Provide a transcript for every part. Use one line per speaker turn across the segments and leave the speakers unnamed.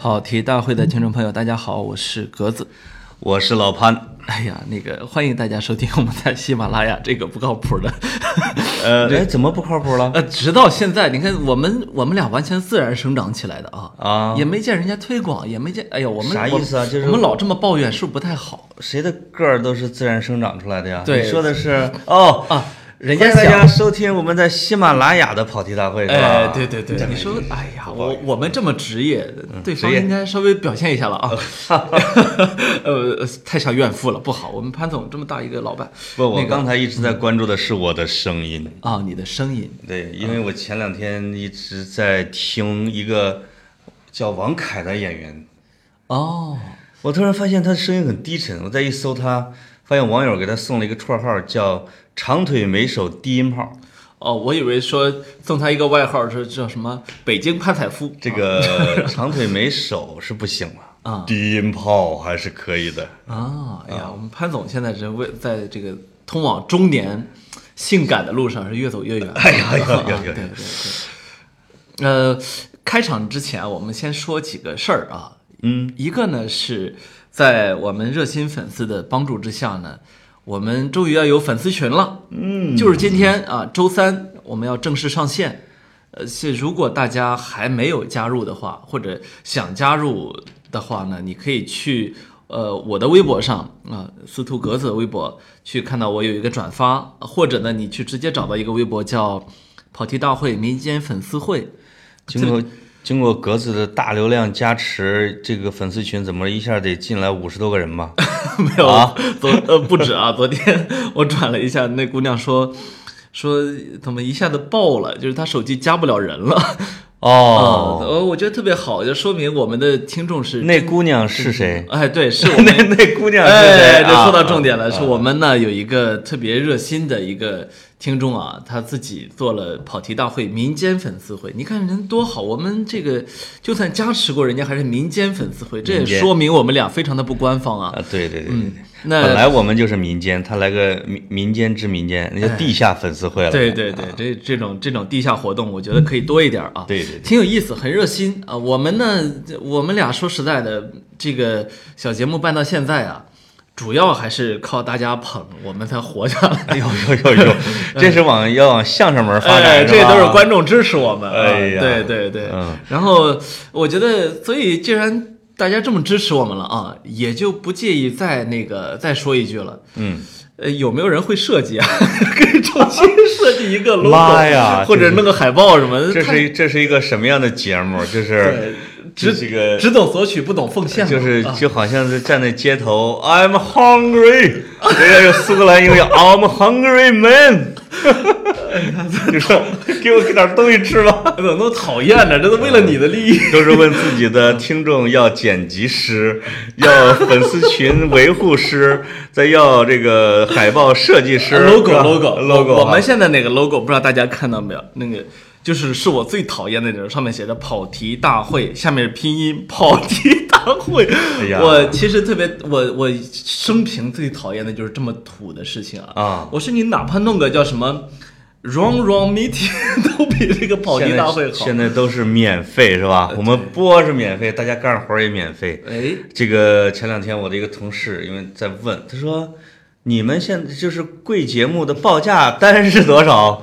好，体育大会的听众朋友，大家好，我是格子。
我是老潘，
哎呀，那个欢迎大家收听我们在喜马拉雅这个不靠谱 的，
呃，哎，怎么不靠谱了？
呃，直到现在，你看我们我们俩完全自然生长起来的啊，
啊
也没见人家推广，也没见，哎呀，我们
啥意思啊
我们
就是
我们老这么抱怨是不是不太好
谁的个儿都是自然生长出来的呀？
对
你说的是哦，
啊？人家
欢迎大
想
家收听我们在喜马拉雅的跑题大会，是吧？
哎，对对对，你说，哎呀，我我们这么职业，对方
嗯职业
应该稍微表现一下了 啊。 呃，太像怨妇了，不好。我们潘总这么大一个老板
不，我刚才一直在关注的是我的声音，
啊，你的声音
对，因为我前两天一直在听一个叫王凯的演员，
哦，
我突然发现他的声音很低沉，我再一搜他，发现网友给他送了一个绰号叫“长腿没手低音炮”。
哦，我以为说送他一个外号是叫什么“北京潘采夫”
这 个长腿没手是不行了
啊
低音炮还是可以的。
啊。哎呀，我们潘总现在是为在这个通往中年性感的路上是越走越远。
哎呀哎呀
啊
哎呀哎
对
呀
对对。呃，开场之前我们先说几个事儿啊。
嗯，
一个呢是在我们热心粉丝的帮助之下呢，我们终于要有粉丝群了。嗯，就是今天啊，周三我们要正式上线。呃，是如果大家还没有加入的话，或者想加入的话呢，你可以去呃我的微博上啊、司徒格子的微博去看到我有一个转发，或者呢，你去直接找到一个微博叫“跑题大会民间粉丝会
经过经过格子的大流量加持，这个粉丝群怎么一下得进来五十多个人 吧？”，
没有啊，昨呃不止啊，昨天我转了一下，那姑娘说说怎么一下子爆了，就是她手机加不了人了。啊
哦，
呃，我觉得特别好，就说明我们的听众是
那姑娘是谁？
哎，对，是我们
那 那姑娘是
哎，
谁？
这
啊
说到重点了，是我们呢有一个特别热心的一个听众啊，他自己做了跑题大会民间粉丝会，你看人多好，我们这个就算加持过人家，还是民间粉丝会，这也
民间
说明我们俩非常的不官方啊。
啊，对对对对对。
那
本来我们就是民间，他来个民民间之民间，那叫地下粉丝会了。
对对对，这这种这种地下活动，我觉得可以多一点啊。
对对对
挺有意思，很热心啊。我们呢，我们俩说实在的，这个小节目办到现在啊，主要还是靠大家捧，我们才活下来。
哎 呦呦呦呦，这是往要往相声门发
哎，
展，
这都是
吧
观众支持我们。啊
哎呀
对对对。
嗯
然后我觉得，所以既然大家这么支持我们了啊，也就不介意再那个再说一句了。
嗯，
呃，有没有人会设计啊？ 给重新设计一个 logo，
妈呀
或者
这是
弄个海报什么的？
这
太
是一这是一个什么样的节目？就是这
只
是一个，
只懂索取不懂奉献嘛，
就是
啊
就好像是站在街头，I'm hungry，人家有苏格兰英语，I'm hungry man，就说给我给点东西吃吧，
怎么那么讨厌呢？这都为了你的利益。
都是问自己的听众要剪辑师，要粉丝群维护师，再要这个海报设计师
呃 logo
是吧
logo
logo，
我
啊
们现在那个 logo 不知道大家看到没有？那个就是是我最讨厌的那种，上面写着“跑题大会”，下面是拼音“跑题大会”
哎呀
我其实特别，我我生平最讨厌的就是这么土的事情啊！
啊
我说你哪怕弄个叫什么 “wrong wrong meeting”，都 比这个跑
现
题
在
大会呃好
现。在都是免费是吧？我们播是免费，大家干活也免费。
哎，
这个前两天我的一个同事因为在问，他说你们现在就是贵节目的报价单是多少？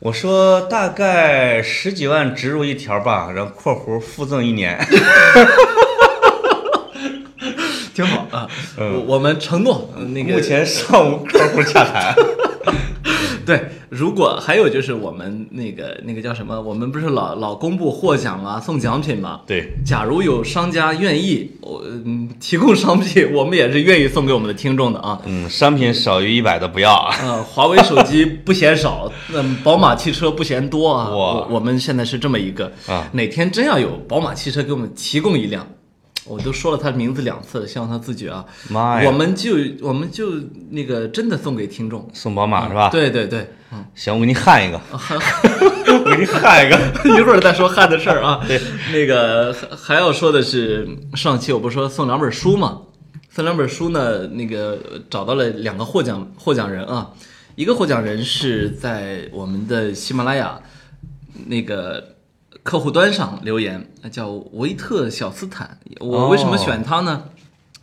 我说大概十几万植入一条吧，然后括弧附赠一 年。
挺好啊！我我们承诺呃那个
嗯目前尚无客户 洽谈。
对，如果还有就是我们那个那个叫什么，我们不是老老公布获奖啊，送奖品嘛。
对，
假如有商家愿意，我、嗯、提供商品，我们也是愿意送给我们的听众的啊。
嗯，商品少于一百的不要啊。
呃，华为手机不嫌少，那、宝马汽车不嫌多啊。
哇
我我们现在是这么一个
啊
哪天真要有宝马汽车给我们提供一辆，我都说了他的名字两次了，希望他自觉啊。
妈呀
我们就我们就那个真的送给听众，
送宝马是
嗯
吧？，
对对对，
行，我给你 焊一个， 我给你焊一个。
一会儿再说汉的事儿啊。对，那个还还要说的是，上期我不是说送两本书嘛，送两本书呢，那个呃找到了两个获奖获奖人啊，一个获奖人是在我们的喜马拉雅那个。客户端上留言，叫维特小斯坦。我为什么选他呢？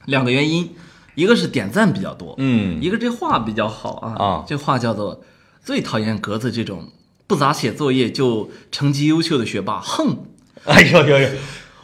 两个原因，一个是点赞比较多，
嗯
一个这话比较好啊。
啊
这话叫做“最讨厌格子这种不咋写作业就成绩优秀的学霸”，哼，
哎呦呦呦，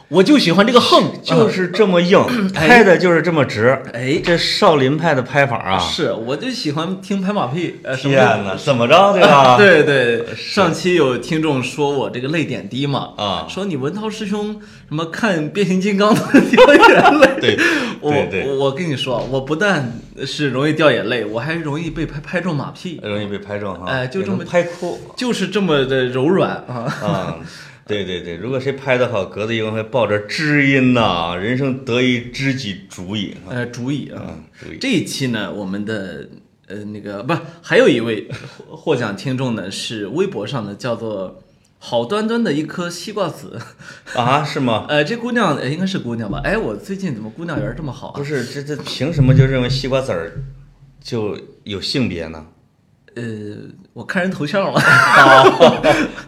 我就喜欢这个哼，
就
啊
是这么硬，拍的就是这么直。
哎，
这少林派的拍法啊，
是我就喜欢听拍马屁，呃，什么
天
都
哪，怎么着对 吧？
对对，上期有听众说我这个泪点低嘛，
啊
说你文涛师兄什么看变形金刚都 掉眼泪，
对
我
对对，
我我跟你说，我不但是容易掉眼泪，我还容易被拍拍中马屁，
容易被拍中哈，
哎就
也
这么
能拍 哭
就是这么的柔软啊。
啊。对对对，如果谁拍的好，格子一定会抱着知音呐、人生得一知己足矣啊。
呃，主意啊
嗯主意，
这一期呢，我们的呃那个不，还有一位获获奖听众呢，是微博上的叫做“好端端的一颗西瓜子”，
啊，是吗？
呃，这姑娘、呃、应该是姑娘吧？哎，我最近怎么姑娘缘这么好啊
不？是，这这凭什么就认为西瓜籽儿就有性别呢？
呃，我看人头像了。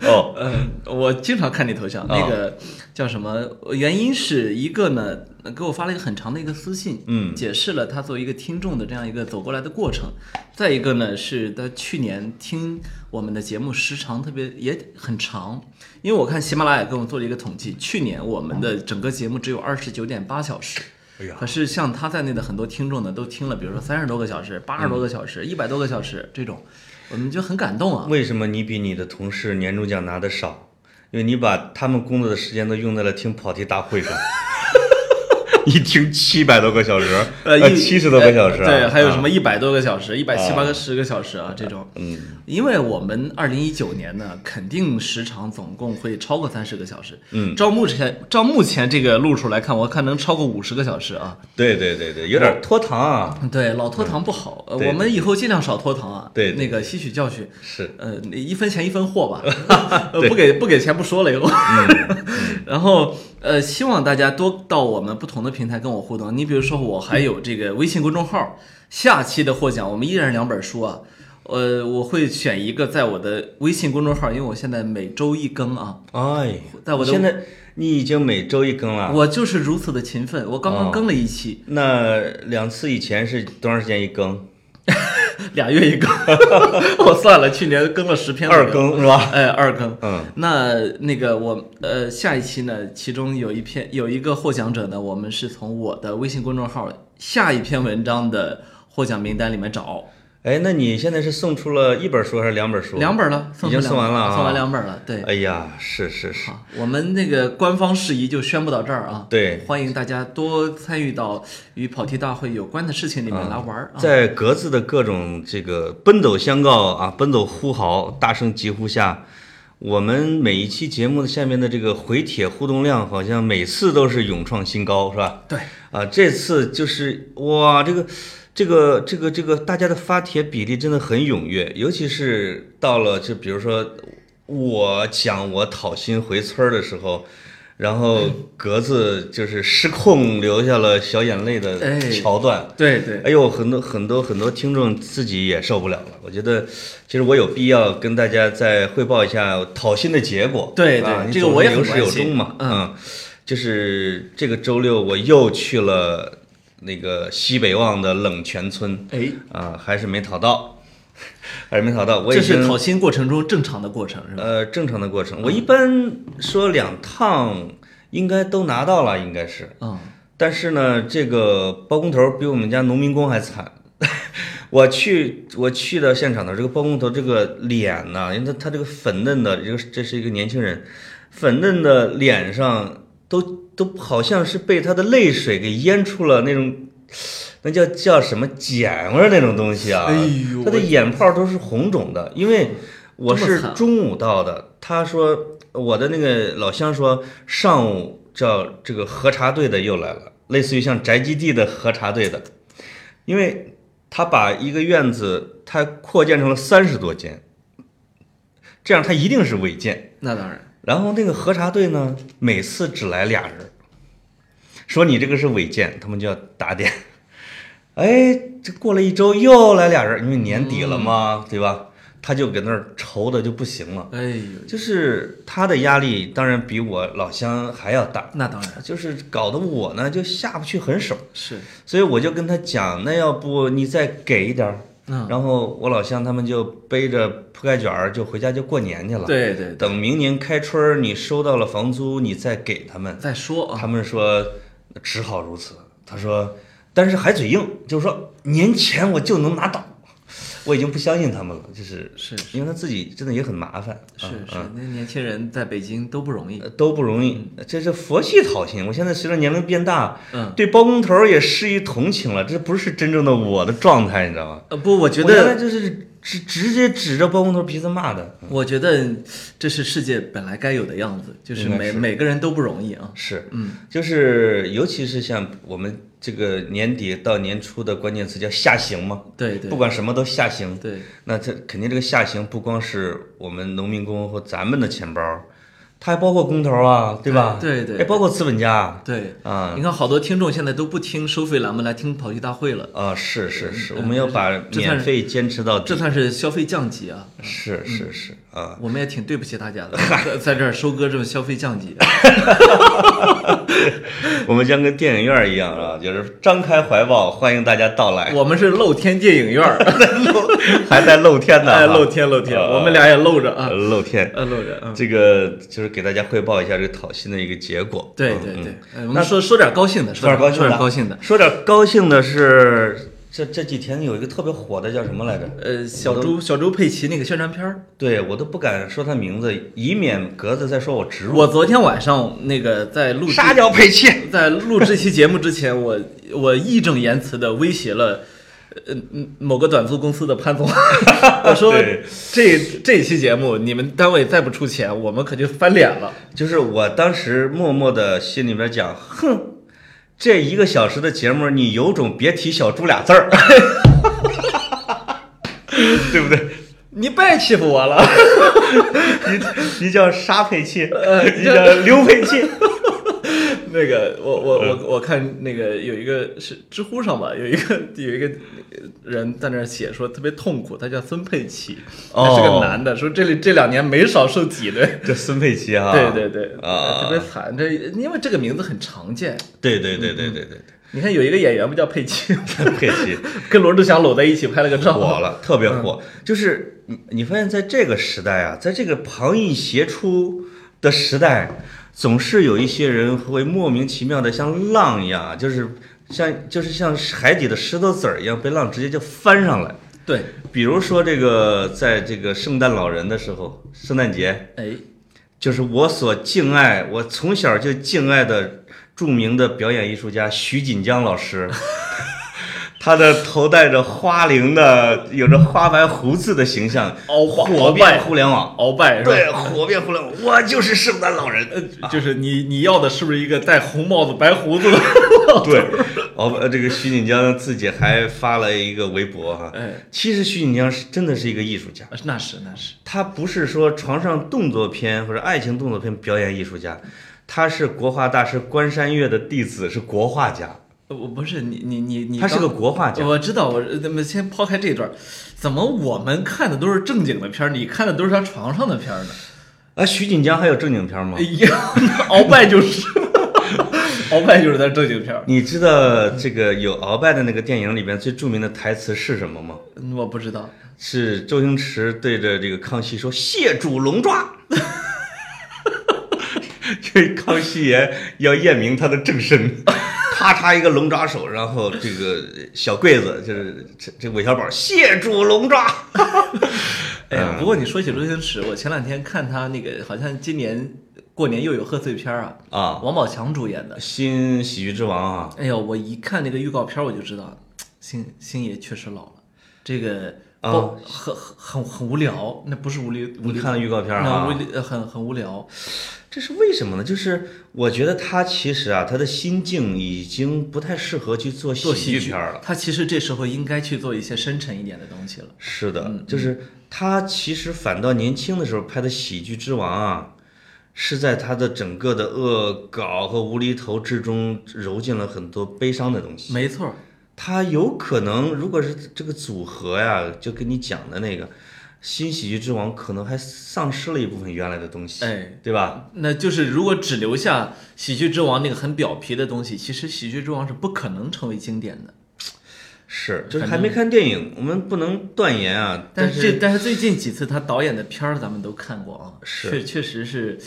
哦，
嗯，我经常看你头
啊
像，那个叫什么？原因是一个呢，给我发了一个很长的一个私信，
嗯
解释了他作为一个听众的这样一个走过来的过程。再一个呢，是他去年听我们的节目时长特别也很长，因为我看喜马拉雅给我们做了一个统计，去年我们的整个节目只有二十九点八小时。
哎呀
可是像他在内的很多听众呢，都听了，比如说三十多个小时、八十多个小时、一百多个小时这种，我们就很感动啊。
为什么你比你的同事年终奖拿的少？因为你把他们工作的时间都用在了听跑题 大会上，一听七百多个小时，
呃一
呃七十多个小时、
呃对，还有什
啊？
么一百多个小时、一百七八个十个小时啊，这种。
嗯，
因为我们二零一九年呢，肯定时长总共会超过三十个小时。
嗯
照目前照目前这个路数来看，我看能超过五十个小时啊。
对对对对，有点拖堂啊。
对，老拖堂不好，呃
对
我们以后尽量少拖堂啊。
对对
那个吸取教训。
是，
呃，一分钱一分 货吧，呃不给不给钱不说了以后。
嗯
然后呃，希望大家多到我们不同的平台跟我互动。你比如说，我还有这个微信公众号，下期的获奖我们依然两本书啊。呃，我会选一个在我的微信公众号，因为我现在每周一更啊，
哎，
在我的
现在你已经每周一更了，
我就是如此的勤奋，我
哦
刚刚更了一期，
那两次以前是多长时间一更？
俩月一更， 我算了，去年更了十篇左右
二更是 吧？
哎，二更。
嗯，
那那个我呃，下一期呢，其中有一篇有一个获奖者呢，我们是从我的微信公众号下一篇文章的获奖名单里面找，
哎，那你现在是送出了一本书还是两本书？
两本了，送
已经
出
送完
两本
了啊
送完两本了，对。
哎呀，是是是，
好，我们那个官方事宜就宣布到这儿啊。
对，
欢迎大家多参与到与跑题大会有关的事情里面
嗯
来玩儿啊。
在格子的各种这个奔走相告啊、奔走呼号、大声疾呼下，我们每一期节目的下面的这个回帖互动量，好像每次都是勇创新高，是吧？
对，
啊，这次就是哇，这个。这个这个这个，大家的发帖比例真的很踊跃，尤其是到了就比如说我讲我讨薪回村儿的时候，然后格子就是失控流下了小眼泪的
哎
桥段，
对对，
哎呦，很多很多很多听众自己也受不了了。我觉得，其实我有必要跟大家再汇报一下讨薪的结果。
对对
啊、你
这个
总
我也
是有
很
始
关
有
心
终嘛。
嗯
嗯，就是这个周六我又去了那个西北旺的冷泉村
哎，
啊，还是没讨到， 还是没讨到。我已
这
经
是讨薪过程中正常的过程是吧？
呃正常的过程，我一般说两趟应该都拿到了，应该是。
嗯，
但是呢，这个包工头比我们家农民工还惨。 我去我去到现场的时候这个包工头这个脸呐、因为他他这个粉嫩的，这个这是一个年轻人，粉嫩的脸上都都好像是被他的泪水给淹出了那种，那叫叫什么碱味儿那种东西啊！
哎呦
他的眼泡都是红肿的，因为我
这么
是
惨啊
中午到的，他说我的那个老乡说上午叫这个核查队的又来了，类似于像宅基地的核查队的，因为他把一个院子他扩建成了三十多间，这样他一定是违建。
那当然，
然后那个核查队呢，每次只来俩人，说你这个是违建，他们就要打点。 哎，这过了一周又来俩人，因为年底了嘛，对吧？他就搁那儿愁的就不行了。
哎呦，
就是他的压力当然比我老乡还要大，
那当然
就是搞得我呢就下不去狠手，
是，
所以我就跟他讲，那要不你再给一点儿，
嗯，
然后我老乡他们就背着铺盖卷儿就回家就过年去了。，
对对，
等明年开春儿你收到了房租，你再给他们。
再说啊，
他们说只好如此。他说，但是还嘴硬，就是说年前我就能拿到。我已经不相信他们了，就是
是
因为他自己真的也很麻烦，
是
嗯
是，那年轻人在北京都不容易，
呃都不容易，这是佛系讨薪。我现在随着年龄变大，
嗯，
对包工头儿也施以同情了，这不是真正的我的状态，你知道吗？
呃，不，我觉
我原来
得，
就是直直接指着包工头鼻子骂的，
我觉得这是世界本来该有的样子，就是
应该
每
是
每个人都不容易啊，
是，
嗯，
就是尤其是像我们这个年底到年初的关键词叫下行嘛，
对对
不管什么都下行，
对，
那这肯定这个下行不光是我们农民工和咱们的钱包，它还包括工头啊，对吧？
对对
哎，包括资本家
对，
啊
你看好多听众现在都不听收费栏目，来听跑题大会了，
啊，是是是，我们要把
这算
免
是
费坚持到底
这。算是消费降级啊，
是是是啊，
我们也挺对不起大家的， 在在这儿收割这种消费降级，啊
我们将跟电影院一样啊，就是张开怀抱，欢迎大家到来，
我们是露天电影 院儿，
还在露天呢，
哎，
哈
露天露天，
啊
我们俩也露着啊
呃，露天。
呃，露着，嗯，
这个就是给大家汇报一下这个讨薪的一个结果。
对
嗯
对
嗯
对，哎我们说说点高兴的，
说点高兴
说点
的，
高兴的，
说点高兴的是，这这几天有一个特别火的叫什么来着？
呃，小猪小猪佩奇那个宣传片儿。
对我都不敢说他名字，以免格子再说我植入。
我昨天晚上那个在录制
沙雕佩奇，
在录这期节目之前，我我义正言辞的威胁了。呃，嗯某个短租公司的潘 总，我说
对
这这期节目你们单位再不出钱，我们可就翻脸了。
就是我当时默默的心里边讲，哼，这一个小时的节目，你有种别提小猪俩字儿， 对不对？
你别欺负我了，
你叫沙佩奇，
呃
你叫刘佩奇，
那个我我
嗯
我我看那个有一个是知乎上吧，有一个有一个人在那儿写说特别痛苦，他叫孙佩奇，他是个
哦
男的，说这里这两年没少受挤兑。
这孙佩奇啊，
对对对，哎
啊
特别惨。这因为这个名字很常见，
对对对对对对
你看有一个演员不叫佩奇，
对，佩奇
跟罗志祥搂在一起拍了个照，
火了，特别火。就是你你发现在这个时代啊，在这个旁逸斜出的时代，总是有一些人会莫名其妙的像浪一样啊，就是像就是像海底的石头子儿一样被浪直接就翻上来。
对，
比如说这个，在这个圣诞老人的时候，圣诞节
哎，
就是我所敬爱，我从小就敬爱的著名的表演艺术家徐锦江老师， 他的头戴着花翎的、有着花白胡子的形象，
鳌
火遍互联网，
鳌拜是吧？
对，火遍互联网，我就是圣诞老人，
呃，就是你你要的是不是一个戴红帽子白胡子 的？
对，哦，呃这个徐锦江自己还发了一个微博哈，
哎，
其实徐锦江是真的是一个艺术家。
那是那是，
他不是说床上动作片或者爱情动作片表演艺术家，他是国画大师关山月的弟子，是国画家，
我不是你你你你哦
他
刚，
是个国画家。
我知道，我咱们先抛开这段儿，怎么我们看的都是正经的片儿，你看的都是他床上的片儿 呢？
啊，徐锦江还有正经片吗
哎？呀， 鳌拜就是， 鳌拜就是他正经片儿。
你知道这个有鳌拜的那个电影里边最著名的台词是什么吗？
嗯我不知道，
是周星驰对着这个康熙说：“谢主隆抓。” 这康熙爷要验明他的正身，咔嚓一个龙抓手，然后这个小柜子就是这这韦小宝谢主隆抓。
哎
嗯
呀，不过你说起周星驰，我前两天看他那个，好像今年过年又有贺岁片儿啊，
啊，
王宝强主演的。
新喜剧之王啊，
哎呦，我一看那个预告片儿，我就知道，星星爷确实老了，这个
啊
包很很很很无聊，那不是无聊，无
你
聊
看了预告片
那
啊
无？聊很很无聊。
这是为什么呢？就是我觉得他其实啊，他的心境已经不太适合去做
做
喜
喜
剧片了。
他其实这时候应该去做一些深沉一点的东西了。
是的，
嗯
就是他其实反倒年轻的时候拍的《喜剧之王》啊，是在他的整个的恶搞和无厘头之中揉进了很多悲伤的东西。
没错儿，
他有可能，如果是这个组合呀，就跟你讲的那个，新喜剧之王可能还丧失了一部分原来的东西，
哎，
对吧？
那就是如果只留下《喜剧之王》那个很表皮的东西，其实《喜剧之王》是不可能成为经典的。
是，就是
反
还没看电影，我们不能断言啊。
但
是
这但是最近几次他导演的片儿咱们都看过啊，
是
确确实是，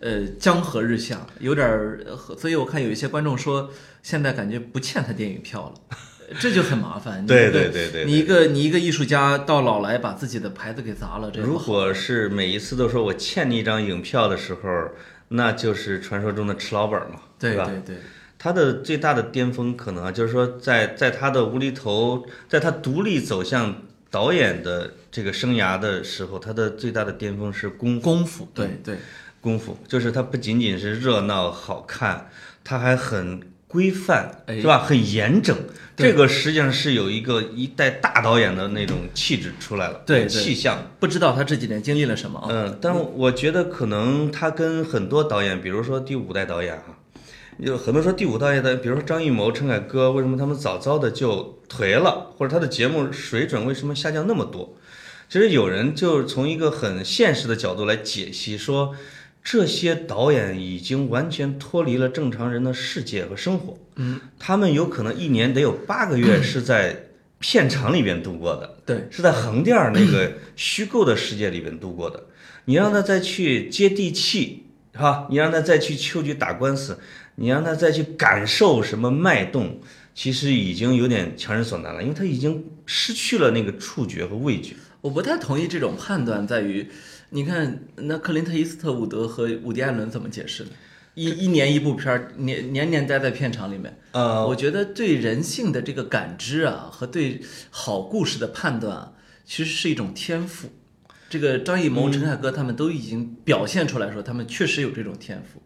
呃，江河日下，有点儿，呃所以我看有一些观众说现在感觉不欠他电影票了，呃这就很麻烦。你
对
一个
对对对对
你一个你一个艺术家到老来把自己的牌子给砸了，这
如
不好
果是每一次都说我欠你一张影票的时候，那就是传说中的吃老本嘛，
对
吧？
对对，
他的最大的巅峰可能啊，就是说在在他的无厘头，在他独立走向导演的这个生涯的时候，他的最大的巅峰是功夫
功夫，对对
功夫，就是他不仅仅是热闹好看，他还很规范，
哎
是吧？很严整。
对
这个实际上是有一个一代大导演的那种气质出来了，
对对
气象。
不知道他这几年经历了什么啊？
嗯，但我觉得可能他跟很多导演，比如说第五代导演哈、有很多说第五代导演，比如说张艺谋、陈凯歌，为什么他们早早的就颓了，或者他的节目水准为什么下降那么多？其实有人就是从一个很现实的角度来解析说。这些导演已经完全脱离了正常人的世界和生活，嗯，他们有可能一年得有八个月是在片场里边度过的，
对，
是在横店儿那个虚构的世界里面度过的。你让他再去接地气，哈，你让他再去秋菊打官司，你让他再去感受什么脉动，其实已经有点强人所难了，因为他已经失去了那个触觉和味觉。
我不太同意这种判断，在于，你看那克林特·伊斯特伍德和伍迪·艾伦怎么解释呢？一一年一部片儿，年年年待在片场里面。
呃，
我觉得对人性的这个感知啊，和对好故事的判断啊，其实是一种天赋。这个张艺谋、陈凯歌他们都已经表现出来说，他们确实有这种天赋。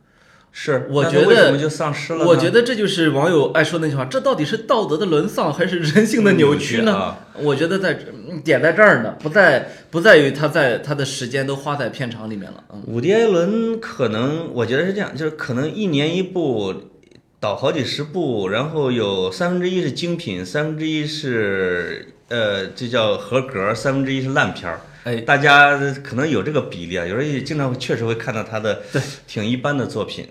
是，
我
那
觉
他为
得
什么就丧失了呢？
我觉得这就是网友爱说那句话：这到底是道德的沦丧，还是人性的扭曲
扭
呢？
曲啊
我觉得在这嗯点在这儿呢，不在不在于他在他的时间都花在片场里面了。嗯，
伍迪·艾伦可能，我觉得是这样，就是可能一年一部，导好几十部，然后有三分之一是精品，三分之一是呃，这叫合格，三分之一是烂片儿。
哎，
大家可能有这个比例啊，有时候也经常会确实会看到他的挺一般的作品。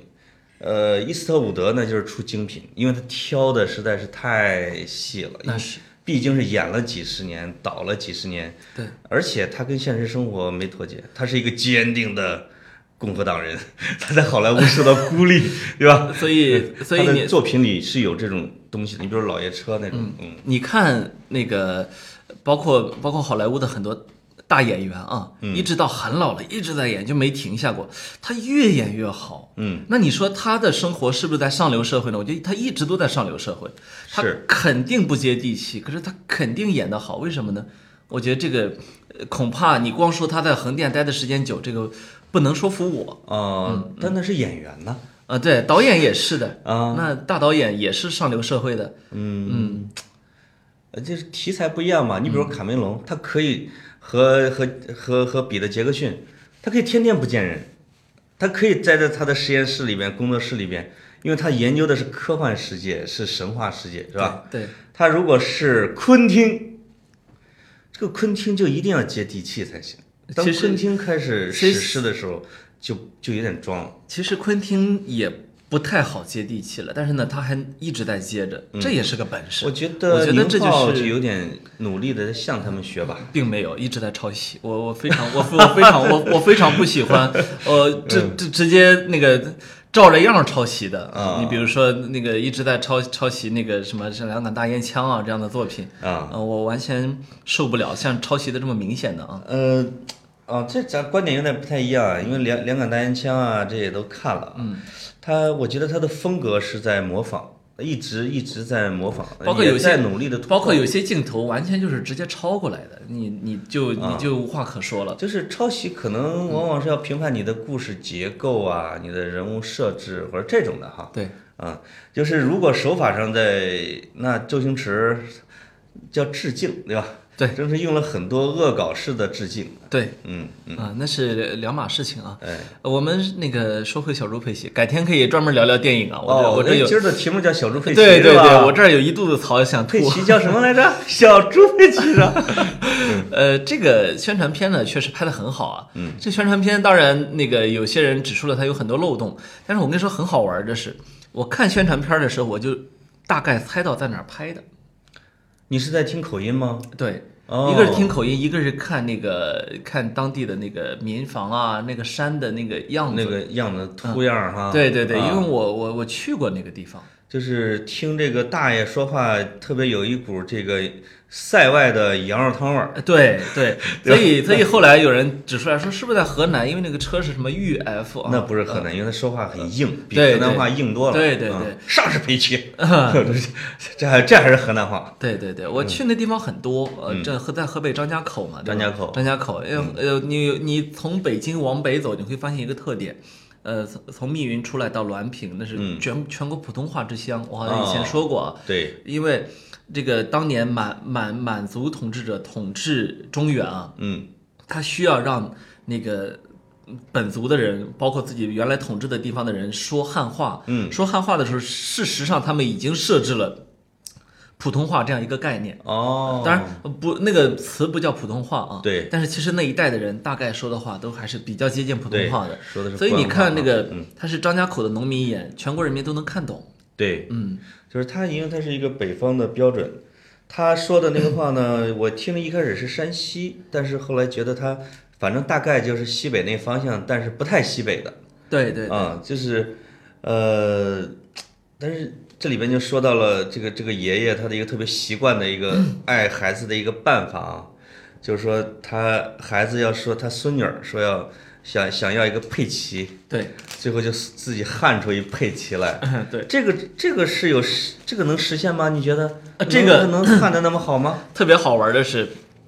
呃，伊斯特伍德呢，就是出精品，因为他挑的实在是太细了，
那是
毕竟是演了几十年，导了几十年，
对，
而且他跟现实生活没脱节，他是一个坚定的共和党人， 他在好莱坞受到孤立， 对吧？
所以所以
哎他
你
的作品里是有这种东西的，你比如《老爷车》那种，嗯，
你看那个，包括包括好莱坞的很多大演员啊，
嗯
一直到很老了，一直在演，就没停下过。他越演越好。
嗯，
那你说他的生活是不是在上流社会呢？我觉得他一直都在上流社会，他
是
肯定不接地气，可是他肯定演得好，为什么呢？我觉得这个呃恐怕你光说他在横店待的时间久，这个不能说服我。嗯
呃，但那是演员呢，
啊，对，导演也是的
啊
那大导演也是上流社会的，
嗯，呃就是题材不一样嘛。你
嗯
比如卡梅隆，他可以和和和和彼得杰克逊，他可以天天不见人，他可以待在他的实验室里边、工作室里边，因为他研究的是科幻世界，是神话世界，是吧？
对？对，
他如果是昆汀，这个昆汀就一定要接地气才行。当
其实
昆汀开始
其实
实施的时候，就就有点装了。
其实昆汀也不太好接地气了，但是呢，他还一直在接着，这也是个本事。
嗯我觉得
我觉
宁
得这就
浩
是
有点努力的向他们学吧。
并没有一直在抄袭，我我非常我我非常我我非常不喜欢，呃，这
嗯
这直接那个照着样儿抄袭的
啊
你比如说那个一直在抄抄袭那个什么《两杆大烟枪》啊这样的作品
啊
呃我完全受不了像抄袭的这么明显的啊。
呃，啊，这咱观点有点不太一样啊，因为两两杆大烟枪啊，这也都看了。嗯，他我觉得他的风格是在模仿，一直一直在模仿，
包括
也
有些
在努力的突破，
包括有些镜头完全就是直接抄过来的，你你就
啊
你就无话可说了。
就是抄袭可能往往是要评判你的故事结构啊、你的人物设置或者这种的哈。
对，
啊，就是如果手法上在那周星驰叫致敬，对吧？
对
真是用了很多恶搞式的致敬。
对，
嗯嗯，
啊，那是两码事情啊。
哎，
呃我们那个说回小猪佩奇，改天可以专门聊聊电影啊。我这
哦，
我这
哎
有
今儿的题目叫小猪佩奇，
对对
是吧
对，我这儿有一肚子槽想吐
佩。奇叫什么来着？小猪佩奇是吧？
呃，这个宣传片呢，确实拍得很好啊。嗯，这宣传片当然那个有些人指出了它有很多漏洞，但是我跟你说很好玩的是，我看宣传片的时候，我就大概猜到在哪儿拍的。
你是在听口音吗？
对，
哦
一个是听口音，一个是看那个看当地的那个民房啊，那个山的那个样子。
那个样子图样儿
嗯
哈。
对对对，
啊
因为我我我去过那个地方。
就是听这个大爷说话，特别有一股这个塞外的羊肉汤味儿。
呃对 对，所以所以后来有人指出来说，是不是在河南？因为那个车是什么 UF 啊？
那不是河南，因为他说话很硬，比
对
河南话硬多了。
对对
啊
对，
上是 佩奇，这还这还是河南话。
对对对，我去那地方很多，呃，这河在河北张家口嘛，对吧
嗯张家口嗯
张家口，呃呃，你你从北京往北走，你会发现一个特点，呃，从从密云出来到滦平，那是
嗯
全全国普通话之乡，我好像
哦
以前说过啊，
对，
因为这个当年满满满族统治者统治中原啊，
嗯，
他需要让那个本族的人，包括自己原来统治的地方的人说汉话。
嗯，
说汉话的时候，事实上他们已经设置了普通话这样一个概念。
哦，
当然呃不，那个词不叫普通话啊。
对
但是其实那一代的人大概说的话都还是比较接近普通
对
话的。
说的是
所以你
官话
看那
啊
个，他是张家口的农民演，全国人民都能看懂。
对，
嗯，
就是他，因为他是一个北方的标准，他说的那个话呢，我听了一开始是山西，但是后来觉得他反正大概就是西北那方向，但是不太西北的。
对对对
啊，就是，呃，但是这里边就说到了这个这个爷爷他的一个特别习惯的一 个爱孩子的一个办法啊，就是说他孩子要说他孙女儿说要想想要一个佩奇，
对
最后就自己焊出一佩奇来。
对。
这个这个是有实这个能实现吗？你觉得
啊
能
这个
能焊的那么好吗？
特别好玩的是，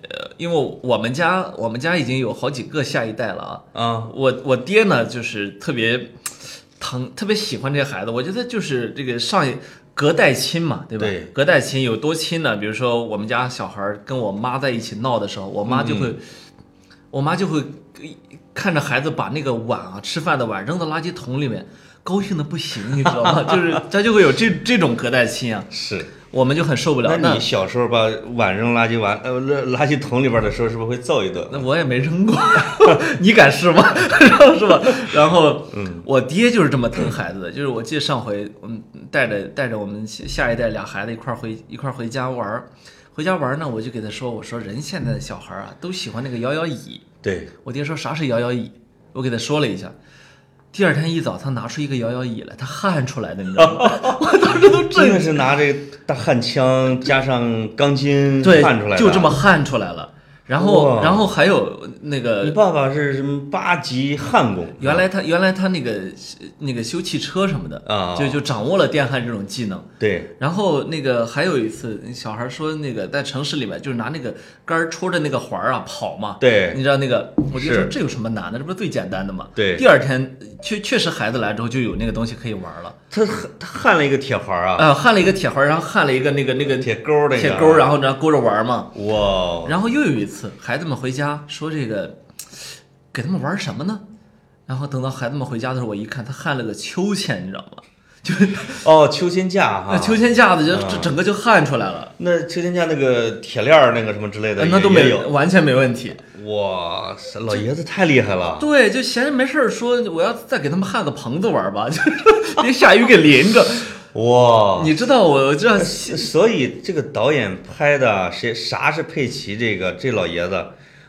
呃，因为我们家我们家已经有好几个下一代了啊。
啊，
我我爹呢，就是特别疼，特别喜欢这孩子。我觉得就是这个上一隔代亲嘛，对吧？
对
隔代亲有多亲呢？比如说我们家小孩儿跟我妈在一起闹的时候，我妈就
嗯
会，我妈就会看着孩子把那个碗啊，吃饭的碗扔到垃圾桶里面，高兴的不行，你知道吗？ 就是他就会有这这种隔代亲啊，
是。
我们就很受不了。
那你小时候把碗扔垃圾碗呃垃垃圾桶里边的时候，是不是会揍一顿？
那我也没扔过， 你敢试吗？ 然后是吧？然后，
嗯
我爹就是这么疼孩子的，就是我记得上回，嗯，带着带着我们下下一代俩孩子一块儿回一块儿回家玩儿，回家玩儿呢，我就给他说，我说人现在的小孩儿啊，都喜欢那个摇摇椅。
对，
我爹说啥是摇摇椅？我给他说了一下。第二天一早，他拿出一个摇摇椅来，他焊出来的，你知道吗？ 我当时都
真
震
的是拿这大焊枪加上钢筋
对
嗯焊出来的，啊
就这么。焊出来了。然后，
哇
然后还有那个
你爸爸是什么八级焊工？
原来他原来他那个那个修汽车什么的
啊
就就掌握了电焊这种技能。
对，
然后那个还有一次，小孩说那个在城市里面就是拿那个杆儿戳着那个环儿啊跑嘛。
对
你知道那个，我就是说这有什么难的？这不是最简单的吗？
对
第二天确确实孩子来之后就有那个东西可以玩了。
他焊他焊了一个铁环啊，
呃，焊了一个铁环儿，然后焊了一个那个那个
铁钩儿那个
铁钩儿，啊然后呢勾着玩嘛。
哇，哦
然后又有一次，孩子们回家说这个，给他们玩什么呢？然后等到孩子们回家的时候，我一看，他焊了个秋千，你知道吗？就
哦，秋千架
那
哈，
呃秋千架子就
啊
这整个就焊出来了，
那秋千架那个铁链儿那个什么之类的，
呃那
也
都
也
没
有。啊
完全没问题。
哇塞，老爷子太厉害了。
对，就闲着没事儿说，我要再给他们焊个棚子玩吧， 就是别下雨给淋着。
哇，
你知道我，我知
哎
道
所以这个导演拍的谁啥是佩奇？这个这老爷子，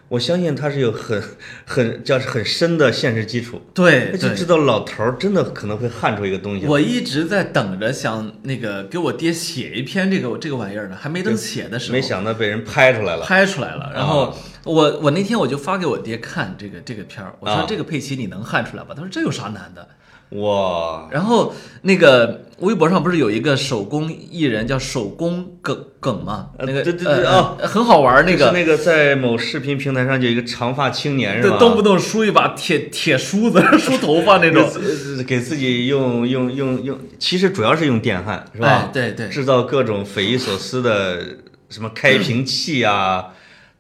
我相信他是有很很叫是很深的现实基础。
对
那哎就知
对，
道老头儿真的可能会焊出一个东西来。
我一直在等着想那个给我爹写一篇这个这个玩意儿呢，还没等写的时候
没，想到被人拍出来了。
拍出来了。然
啊
后我我那天我就发给我爹看这个这个片儿，我说
啊
这个佩奇你能焊出来吧？他说这有啥难的？
哇，
然后那个微博上不是有一个手工艺人叫手工梗梗吗？
呃
那个
对对对
呃
哦
呃很好玩儿那
就是
个。
那个在某视频平台上有一个长发青年是
对
吧？，
动不动梳一把铁铁梳子梳头发那种，
呃给自己用用用用，其实主要是用电焊是吧？
哎对对
制造各种匪夷所思的什么开瓶器啊，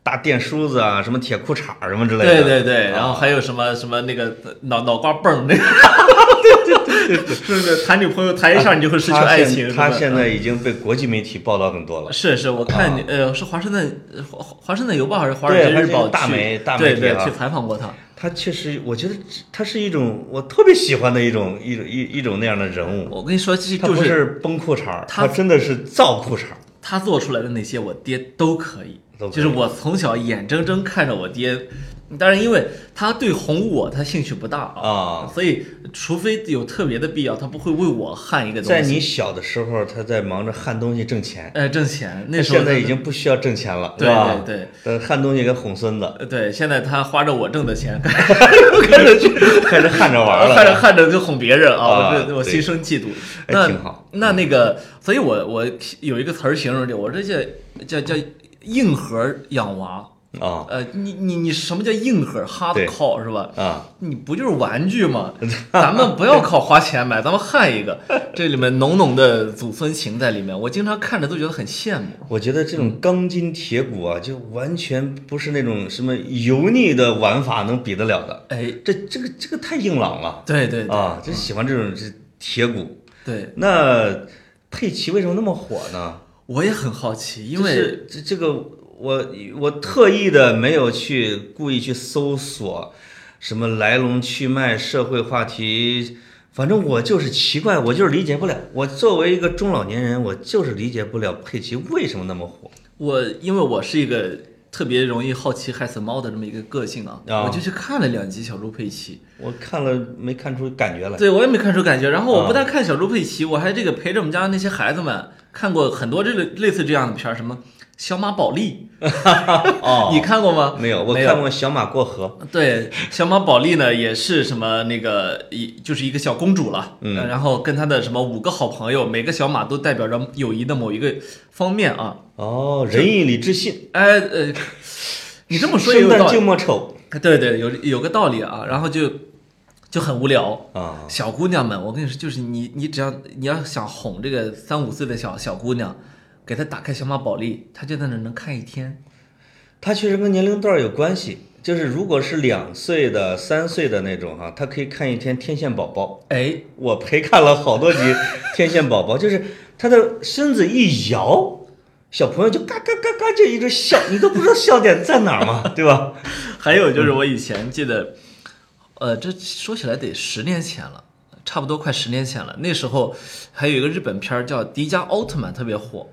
大电梳子啊，什么铁裤衩儿什么之类的。
对对对，
啊
然后还有什么什么那个脑脑瓜蹦儿那个，对对对，是不是谈女朋友谈一下你就会失去
他
爱
现
情？
他
是吧
现在已经被国际媒体报道很多了。
是是，我看你呃是华盛顿呃华华华盛顿邮报还是华尔
啊对
街
还
日
是
报
大
去
媒大媒
对
体
对
啊
去采访过他，
他确实，我觉得他是一种我特别喜欢的一种一种一一种那样的人物。
我跟你说这
他
就
不
是
是崩裤衩儿，
他
他真的是造裤衩儿。
他做出来的那些，我爹都可以
都。可以
就是我从小眼睁睁看着我爹，当然因为他对哄我他兴趣不大
啊
所以除非有特别的必要，他不会为我焊一个东西。
在你小的时候，他在忙着焊东西挣钱，
呃挣钱那
他
时候
现在
真
已
的
经不需要挣钱了，
对
是吧？
对对
对，焊东西给哄孙子，
呃对，现在他花着我挣的钱，
开始焊着玩 儿了。
看着看着就哄别人啊，我
啊
这我
对
心生嫉妒。
哎
那
挺好
那那个，所以我我有一个词儿形容这，我这叫叫叫硬核养娃。
啊
呃，你你你什么叫硬核 hard
对
core 是吧？
啊，
你不就是玩具 吗？咱们不要靠花钱买，咱们焊一个。这里面浓浓的祖孙情在里面，我经常看着都觉得很羡慕。
我觉得这种钢筋铁骨啊，就完全不是那种什么油腻的玩法能比得了的。
哎，
这这个这个太硬朗了
对对对
啊！就喜欢这种这铁骨。
嗯对，
那佩奇为什么那么火呢？
我也很好奇，因
就
为
是这这个我我特意的没有去故意去搜索什么来龙去脉、社会话题，反正我就是奇怪，我就是理解不了。我作为一个中老年人，我就是理解不了佩奇为什么那么火。
我因为我是一个特别容易好奇害死猫的这么一个个性啊，
啊嗯
我就去看了两集小猪佩奇，
我看了没看出感觉来。
对我也没看出感觉。然
啊
后我不但看小猪佩奇，我还这个陪着我们家那些孩子们看过很多这类类似这样的片儿，什么小马宝莉，
哦，
你看过吗？
没有？我
没有
看过小马过河。
对，小马宝莉呢，也是什么那个一就是一个小公主了，
嗯
呃然后跟她的什么五个好朋友，每个小马都代表着友谊的某一个方面啊。
哦，仁义礼智信，
哎呃，你这么说也
生
有
旦
道理
净，末丑
对对，有有个道理啊。然后就就很无聊，
啊，
小姑娘们，我跟你说，就是你你只要你要想哄这个三五岁的小小姑娘，给她打开小马宝莉，她就在那儿能看一天。
它确实跟年龄段儿有关系。就是如果是两岁的、三岁的那种哈、他可以看一天《天线宝宝》，
哎，
我陪看了好多集《天线宝宝》，就是他的身子一摇，小朋友就嘎嘎嘎嘎就一直笑，你都不知道笑点在哪儿嘛，对吧？
还有就是我以前记得，嗯呃，这说起来得十年前了，差不多快十年前了。那时候还有一个日本片儿叫《迪迦奥特曼》特别火，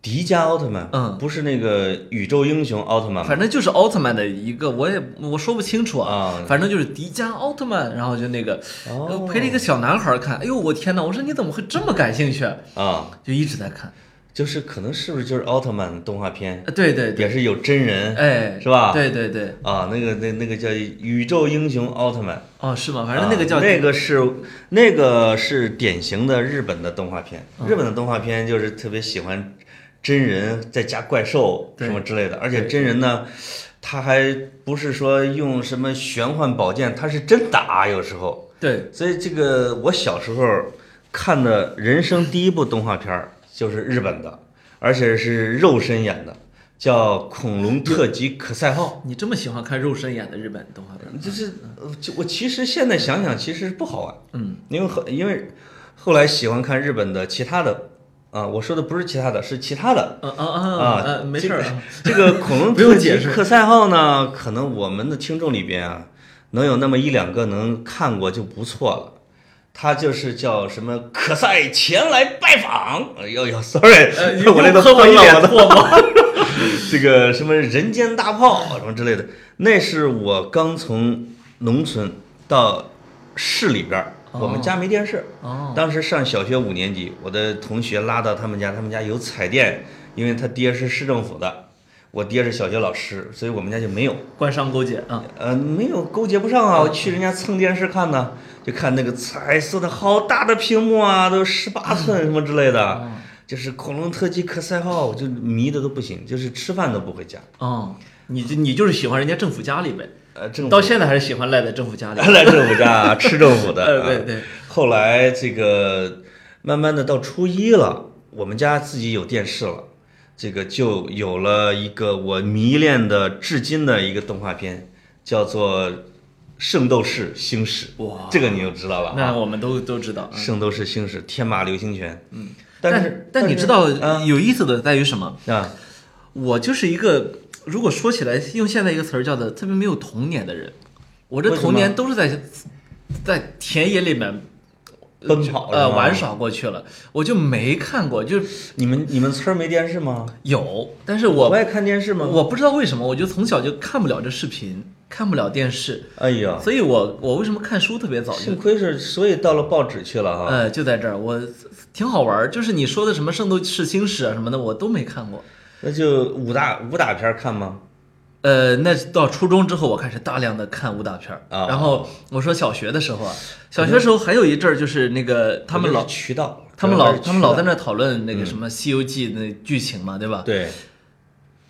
迪迦奥特曼，
嗯
不是那个宇宙英雄奥特曼吗？
反正就是奥特曼的一个，我也我说不清楚
啊
反正就是迪迦奥特曼，然后就那个、呃
哦
陪着一个小男孩儿看，哎呦我天哪！我说你怎么会这么感兴趣？
啊，
就一直在看，
就是可能是不是就是奥特曼动画片，
呃对对对，
也是有真人，
哎，
嗯是吧？
对对对，
啊，那个那那个叫宇宙英雄奥特曼。
哦是吗？反正那个叫、
啊那个是那个是典型的日本的动画片，
嗯
日本的动画片就是特别喜欢真人再加怪兽
对
什么之类的，而且真人呢，他还不是说用什么玄幻宝剑，他是真打啊有时候。
对
所以这个我小时候看的人生第一部动画片儿就是日本的，而且是肉身演的，叫《恐龙特级可赛号》。
你这么喜欢看肉身演的日本动画片，
就是呃就我其实现在想想，其实不好玩。
嗯，
因为后因为后来喜欢看日本的其他的啊，我说的不是其他的，是其他的。
啊啊啊
啊
呃没事儿啊，
这个恐 龙
不用
特级
解释
克赛号呢，可能我们的听众里边啊，能有那么一两个能看过就不错了。它就是叫什么可赛前来拜访，哎呦呦，sorry，、
呃，你
我这都
喷我
喷
一
了
脸
我都
唾沫，
这个什么人间大炮什么之类的，那是我刚从农村到市里边儿，
哦
我们家没电视。
哦，
当时上小学五年级，我的同学拉到他们家，他们家有彩电，因为他爹是市政府的，我爹是小学老师，所以我们家就没有。
官商勾结啊，
呃，没有勾结不上
嗯
啊，我去人家蹭电视看呢，就看那个彩色的好大的屏幕啊，都十八
嗯
寸什么之类
哦
的，就是《恐龙特技可赛号》，我就迷的都不行，就是吃饭都不回家。
哦，你就你就是喜欢人家政府家里呗，
呃，政府
到现在还是喜欢赖在政府家里，
来政府家啊，吃政府 的、
呃对对。
后来这个慢慢的到初一了，我们家自己有电视了，这个就有了一个我迷恋的至今的一个动画片，叫做《圣斗士星矢》。
哇
这个你就知道了
那
啊，
我们都都知道。
《圣斗士星矢》天马流星拳。嗯，但
但
是
但你知道
啊
有意思的在于什么？
啊，
我就是一个，如果说起来用现在一个词儿叫做特别没有童年的人，我这
为什么
童年都是在在田野里面
奔跑
呃
是吗
玩耍过去了，我就没看过，就是
你们你们村儿没电视吗？
有，但是我
爱看电视吗？
我不知道为什么，我就从小就看不了这视频，看不了电视，
哎呀，
所以我我为什么看书特别早就
幸亏是所以到了报纸去了哈。
呃，就在这儿，我挺好玩儿。就是你说的什么《圣斗士星矢》啊什么的，我都没看过。
那就武打武打片儿看吗？
呃，那到初中之后，我开始大量的看武打片儿。
啊嗯
然后我说小学的时候啊，小学时候还有一阵儿就是那个他们
我觉
老
得是渠道，
他们
主要
老
是渠道
他们老在那讨论
嗯
那个什么《西游记》那剧情嘛，对吧？
对，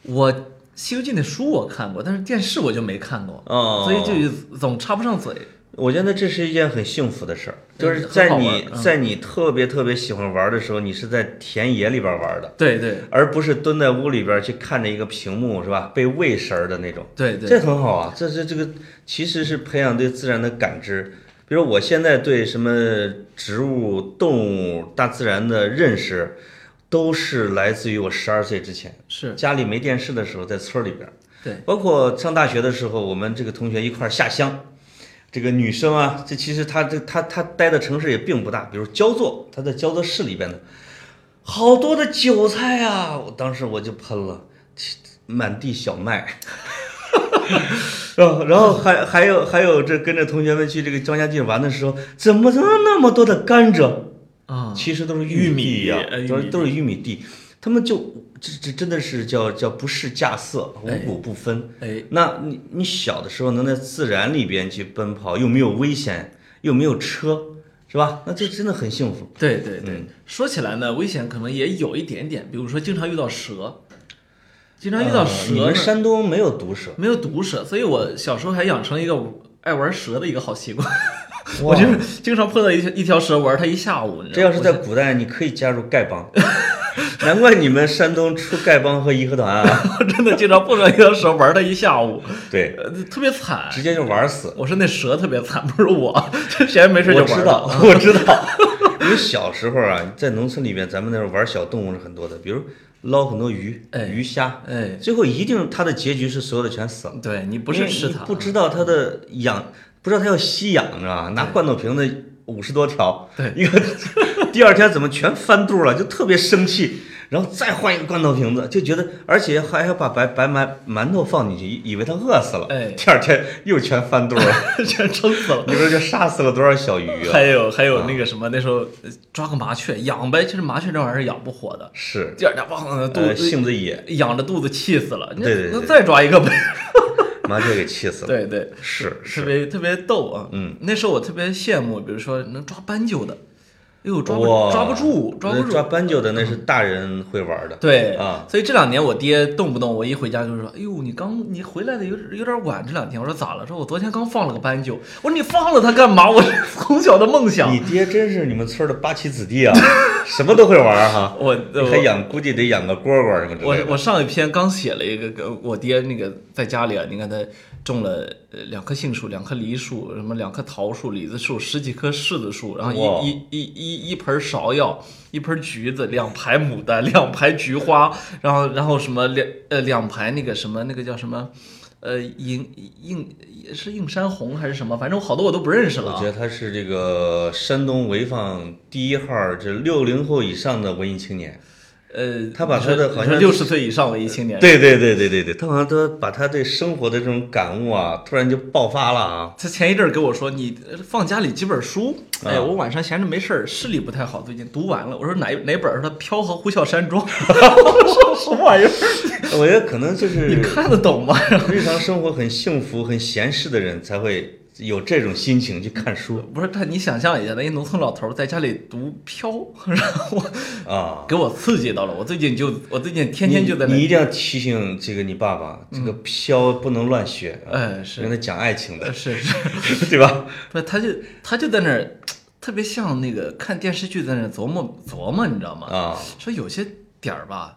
我《西游记》那书我看过，但是电视我就没看过，
哦
所以就总插不上嘴。
我觉得这是一件很幸福的事儿，
对
就是在
很好
你
玩嗯
在你特别特别喜欢玩的时候，你是在田野里边玩的，
对对
而不是蹲在屋里边去看着一个屏幕是吧？被喂食儿的那种，
对对，
这很好啊。这这这个其实是培养对自然的感知。比如我现在对什么植物、动物、大自然的认识，都是来自于我十二岁之前。
是，
家里没电视的时候，在村儿里边儿，
对
包括上大学的时候，我们这个同学一块儿下乡。这个女生啊，这其实她这她她待的城市也并不大，比如焦作，她在焦作市里边的，好多的韭菜啊，我当时我就喷了，满地小麦， 然后然后还还有还有这跟着同学们去这个庄稼地玩的时候，怎么怎么那么多的甘蔗？
啊、
其实都是
玉米
米地呀、
呃
都
玉
是
米
都是玉米地，他们就这这真的是叫叫不是架色，五
哎
谷不分。
哎，
那你你小的时候能在自然里边去奔跑，又没有危险，又没有车，是吧？那这真的很幸福。
对对对，
嗯
说起来呢，危险可能也有一点点，比如说经常遇到蛇，经常遇到
呃你
蛇
们
呢、
山东没有毒蛇，
没有毒蛇，所以我小时候还养成一个爱玩蛇的一个好习惯。
哇
我就是经常碰到一条一条蛇，玩它一下午。你知
这
道
要
吗
是在古代，你可以加入丐帮， 难怪你们山东出丐帮和义和团啊，
我 真的经常碰到一条蛇，玩它一下午，
对，
呃，特别惨。
直接就玩死。
我说那蛇特别惨，不是我， 就闲着没事就
我
玩它。
知道， 我知道。因为小时候啊，在农村里面，咱们那时候玩小动物是很多的，比如捞很多鱼、
哎
鱼虾，
哎，
最后一定它的结局是所有的全死了，
对你不
因
是
为
吃
你
它，
不知道它的养，不知道它要吸氧是吧？拿罐头瓶子五十多条，
对
一个第二天怎么全翻肚了，就特别生气。然后再换一个罐头瓶子，就觉得，而且还要把白白馒馒头放进去，以以为它饿死了。
哎
第二天又全翻肚了，
全撑死了。
你说就杀死了多少小鱼 啊？
还有还有那个什么，那时候呃抓个麻雀养呗，其实麻雀这玩意儿养不活的，
是，
第二天哇肚
呃，
子、
性子野，
养着肚子气死了，那
对对对
那再抓一个呗，
麻雀给气死了。
对对，
是
特
是，
别特别逗啊，
嗯，
那时候我特别羡慕，比如说能抓斑鸠的，哎呦抓不
哇
抓不住抓不
那抓
住，嗯
斑鸠的那是大人会玩的。
对
啊，
所以这两年我爹动不动我一回家就是说，哎呦你刚你回来的有有点晚，这两天我说咋了？说我昨天刚放了个斑鸠，我说你放了它干嘛？我是从小的梦想，
你爹真是你们村儿的八旗子弟啊， 什么都会玩儿 哈。
我我
还养，估计得养个蝈蝈什么之
我
类的。
我上一篇刚写了一个跟我爹那个在家里啊，你看他种了呃两棵杏树、两棵梨树、什么两棵桃树、李子树、十几棵柿子树，然后
哇
一一一一一盆芍药、一盆橘子、两排牡丹、两排菊花，然后然后什么两呃两排那个什么那个叫什么呃映映是映山红还是什么，反正好多我都不认识了
我
啊
觉。得他是这个山东潍坊第一号儿，这六零后以上的文艺青年。
呃，
他把他的好像
六十岁以上文艺青年，
对对对对对对，他好像都把他对生活的这种感悟啊，突然就爆发了啊。
他前一阵儿跟我说，你呃放家里几本书，
啊
哎呀，我晚上闲着没事儿，视力不太好，最近读完了。我说哪哪本儿？他说《飘和呼啸山庄》。 我说什么玩意儿？
我觉得可能就是
你看得懂吗？
日常生活很幸福、很闲适的人才会有这种心情去看 书
不是他，你想象一下，那一农村老头儿在家里读《飘》， 然后我
啊。
给我刺激到了。我最近就我最近天天就在
你，
那嗯
你，一定要提醒这个你爸爸，这个飘不能乱学，啊
哎
跟
是
他讲爱情 的，
呃 是是，
对吧？
不是他就他就在那儿，特别像那个看电视剧在那儿琢磨琢磨，你知道吗？
啊，
说有些点儿吧，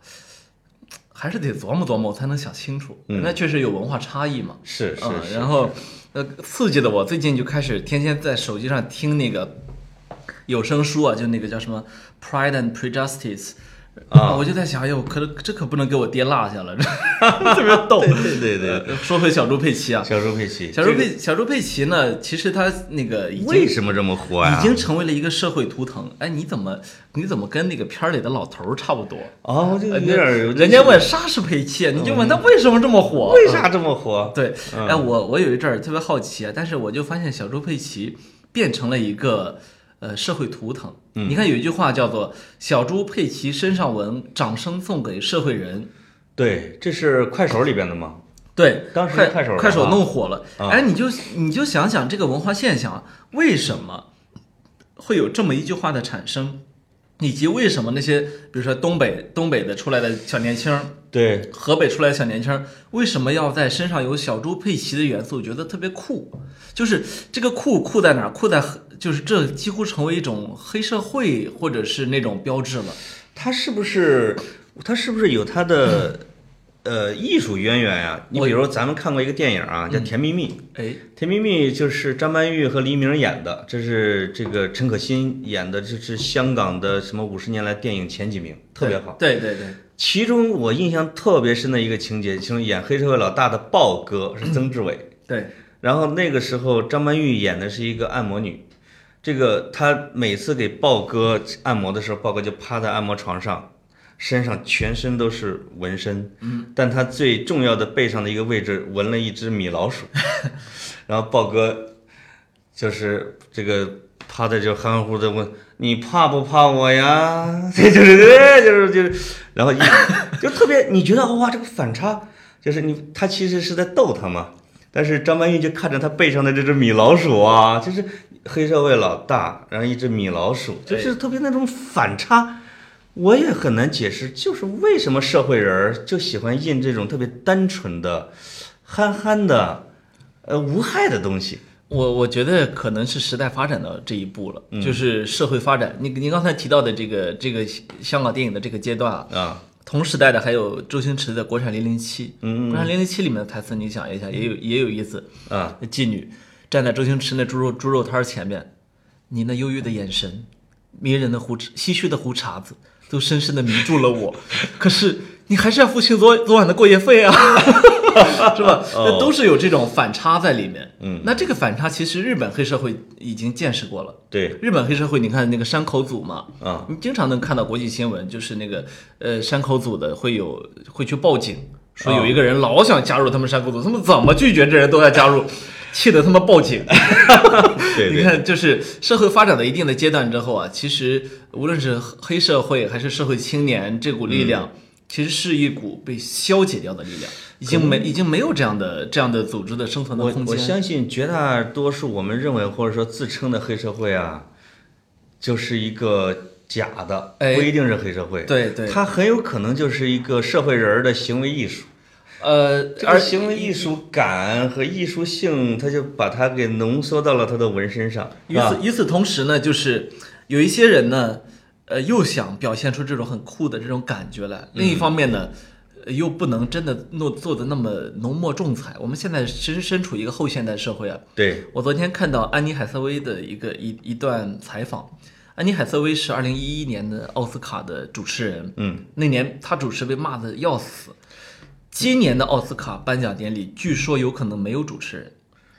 还是得琢磨琢磨，我才能想清楚。
嗯
那确实有文化差异嘛。
是是
啊，
是，
然 后呃，刺激的我最近就开始天天在手机上听那个有声书啊，就那个叫什么《Pride and Prejudice》
啊
我就在想，哎呦，可这可不能给我爹落下了， 特别 逗。
对对对对，
呃说回小猪佩奇啊，
小猪佩奇，
小猪
这个
佩小猪佩奇呢，其实他那个已经
为什么这么火呀？
已经成为了一个社会图腾。哎，你怎么你怎么跟那个片儿里的老头儿差不多？
哦，就有点儿有
呃人家问啥是佩奇，你就问他为什么这么火？
嗯为啥这么火？
对，
嗯
哎，我我有一阵儿特别好奇啊，但是我就发现小猪佩奇变成了一个呃社会图腾。
嗯
你看有一句话叫做“小猪佩奇身上纹，掌声送给社会
嗯
人
对，这是快手里边的吗？”。
对，
当时
快
快手
快
的
手
啊
弄火了，
啊
哎，你就你就想想这个文化现象啊为什么会有这么一句话的产生，以及为什么那些比如说东北东北的出来的小年轻儿，
对，
河北出来的小年轻儿为什么要在身上有小猪佩奇的元素？觉得特别酷，就是这个酷酷在哪儿？酷在就是这几乎成为一种黑社会或者是那种标志了。
他是不是他是不是有他的呃艺术渊源呀？你比如咱们看过一个电影啊，叫《甜蜜蜜》。
哎，
《甜蜜蜜》就是张曼玉和黎明演的，这是这个陈可辛演的，这是香港的什么五十年来电影前几名，特别好。
对。对对对，
其中我印象特别深的一个情节，其中演黑社会老大的豹哥是曾志伟，
对
然后那个时候张曼玉演的是一个按摩女，这个她每次给豹哥按摩的时候，豹哥就趴在按摩床上，身上全身都是纹身，嗯，但他最重要的背上的一个位置纹了一只米老鼠，然后豹哥就是这个趴在这憨乎的问你怕不怕我呀？ 这就是哎就是就是，然后一就特别你觉得哦哇这个反差就是你他其实是在逗他嘛。但是张曼玉就看着他背上的这只米老鼠啊，就是黑社会老大，然后一只米老鼠，
哎
就是特别那种反差，我也很难解释，就是为什么社会人儿就喜欢印这种特别单纯的、憨憨的、呃无害的东西。
我我觉得可能是时代发展到这一步了，
嗯
就是社会发展。你您刚才提到的这个这个香港电影的这个阶段啊，
啊，
同时代的还有周星驰的国产零零七，
嗯
国产零零七里面的台词，你想一下，也有也有意思
啊，
妓女站在周星驰那猪肉猪肉摊儿前面，你那忧郁的眼神，迷人的胡子唏嘘的胡茬子，都深深的迷住了我。可是你还是要付清昨昨晚的过夜费啊， 是吧？那都是有这种反差在里面。嗯，那这个反差其实日本黑社会已经见识过了。
对，
日本黑社会，你看那个山口组嘛，
啊，
你经常能看到国际新闻，就是那个呃山口组的会有会去报警，
啊
说有一个人老想加入他们山口组，他们怎么拒绝这人都要加入， 气得他们报警。
对
你
对，
看，就是社会发展到一定的阶段之后啊，其实无论是黑社会还是社会青年，这股力
嗯
量、其实是一股被消解掉的力量，已经没已经没有这样的这样的组织的生存的
我
空
我
间。
相信绝大多数我们认为或者说自称的黑社会啊，就是一个假的，
哎
不一定是黑社会。
对对，
它很有可能就是一个社会人儿的行为艺术，
呃，
这
而
个行为艺术感和艺术性，他就把它给浓缩到了他的纹身上，
与
啊
此与此同时呢，就是有一些人呢，呃，又想表现出这种很酷的这种感觉来；另一方面呢，呃又不能真的弄做的那么浓墨重彩。我们现在其实身处一个后现代社会啊。
对，
我昨天看到安妮海瑟薇的一个一一段采访，安妮海瑟薇是二零一一年的奥斯卡的主持人，
嗯，
那年她主持被骂的要死。今年的奥斯卡颁奖典礼据说有可能没有主持人，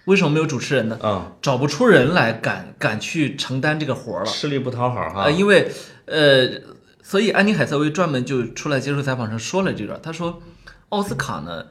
为什么没有主持人呢？
啊、
找不出人来敢敢去承担这个活儿了。
吃力不讨好哈
呃，，因为呃，所以安妮海瑟薇专门就出来接受采访时说了这段，她说奥斯卡呢，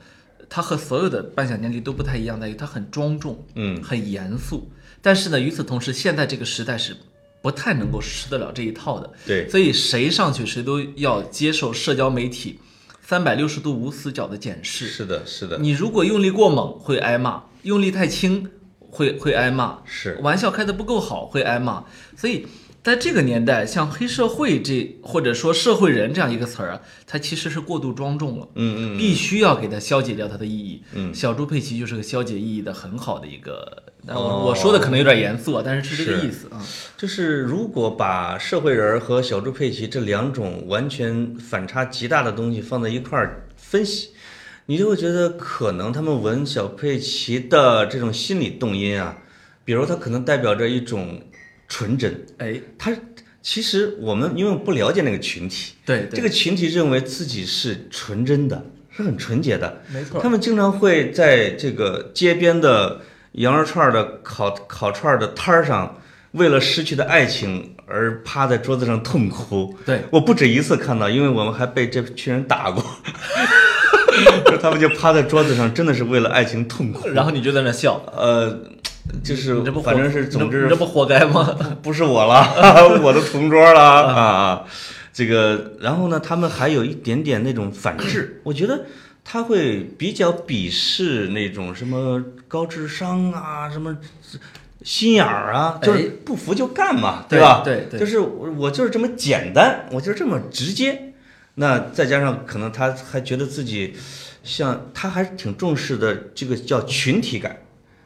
它和所有的颁奖典礼都不太一样，在于它很庄重，
嗯，
很严肃。但是呢，与此同时，现在这个时代是不太能够吃得了这一套的，
对，
所以谁上去谁都要接受社交媒体三百六十度无死角的检视。
是的，是的，
你如果用力过猛会挨骂，用力太轻会会挨骂，
是
玩笑开的不够好会挨骂。所以在这个年代，像黑社会这或者说社会人这样一个词儿啊，它其实是过度庄重了。
嗯嗯，
必须要给它消解掉它的意义。嗯，小猪佩奇就是个消解意义的很好的一个。那我、
哦
我说的可能有点严肃啊，但是是这个意思啊。
就是如果把社会人儿和小猪佩奇这两种完全反差极大的东西放在一块儿分析，你就会觉得可能他们闻小佩奇的这种心理动因啊，比如他可能代表着一种纯真，
哎，
他其实我们因为不了解那个群体，
对，对
这个群体认为自己是纯真的，是很纯洁的，
没错，
他们经常会在这个街边的羊肉串儿的烤烤串儿的摊儿上，为了失去的爱情而趴在桌子上痛哭。
对，
我不止一次看到，因为我们还被这群人打过。 他们就趴在桌子上，真的是为了爱情痛哭。
然后你就在那笑，
呃，就是
你这不活
反正是，总
你
之
这不活该吗？
不是我了， 我的同桌了
嗯
啊。这个，然后呢，他们还有一点点那种反 制，我觉得他会比较鄙视那种什么高智商啊，什么心眼儿啊，
哎
就是不服就干嘛，
对
吧？
对对
就是我我就是这么简单，我就是这么直接。那再加上可能他还觉得自己像他还是挺重视的这个叫群体感。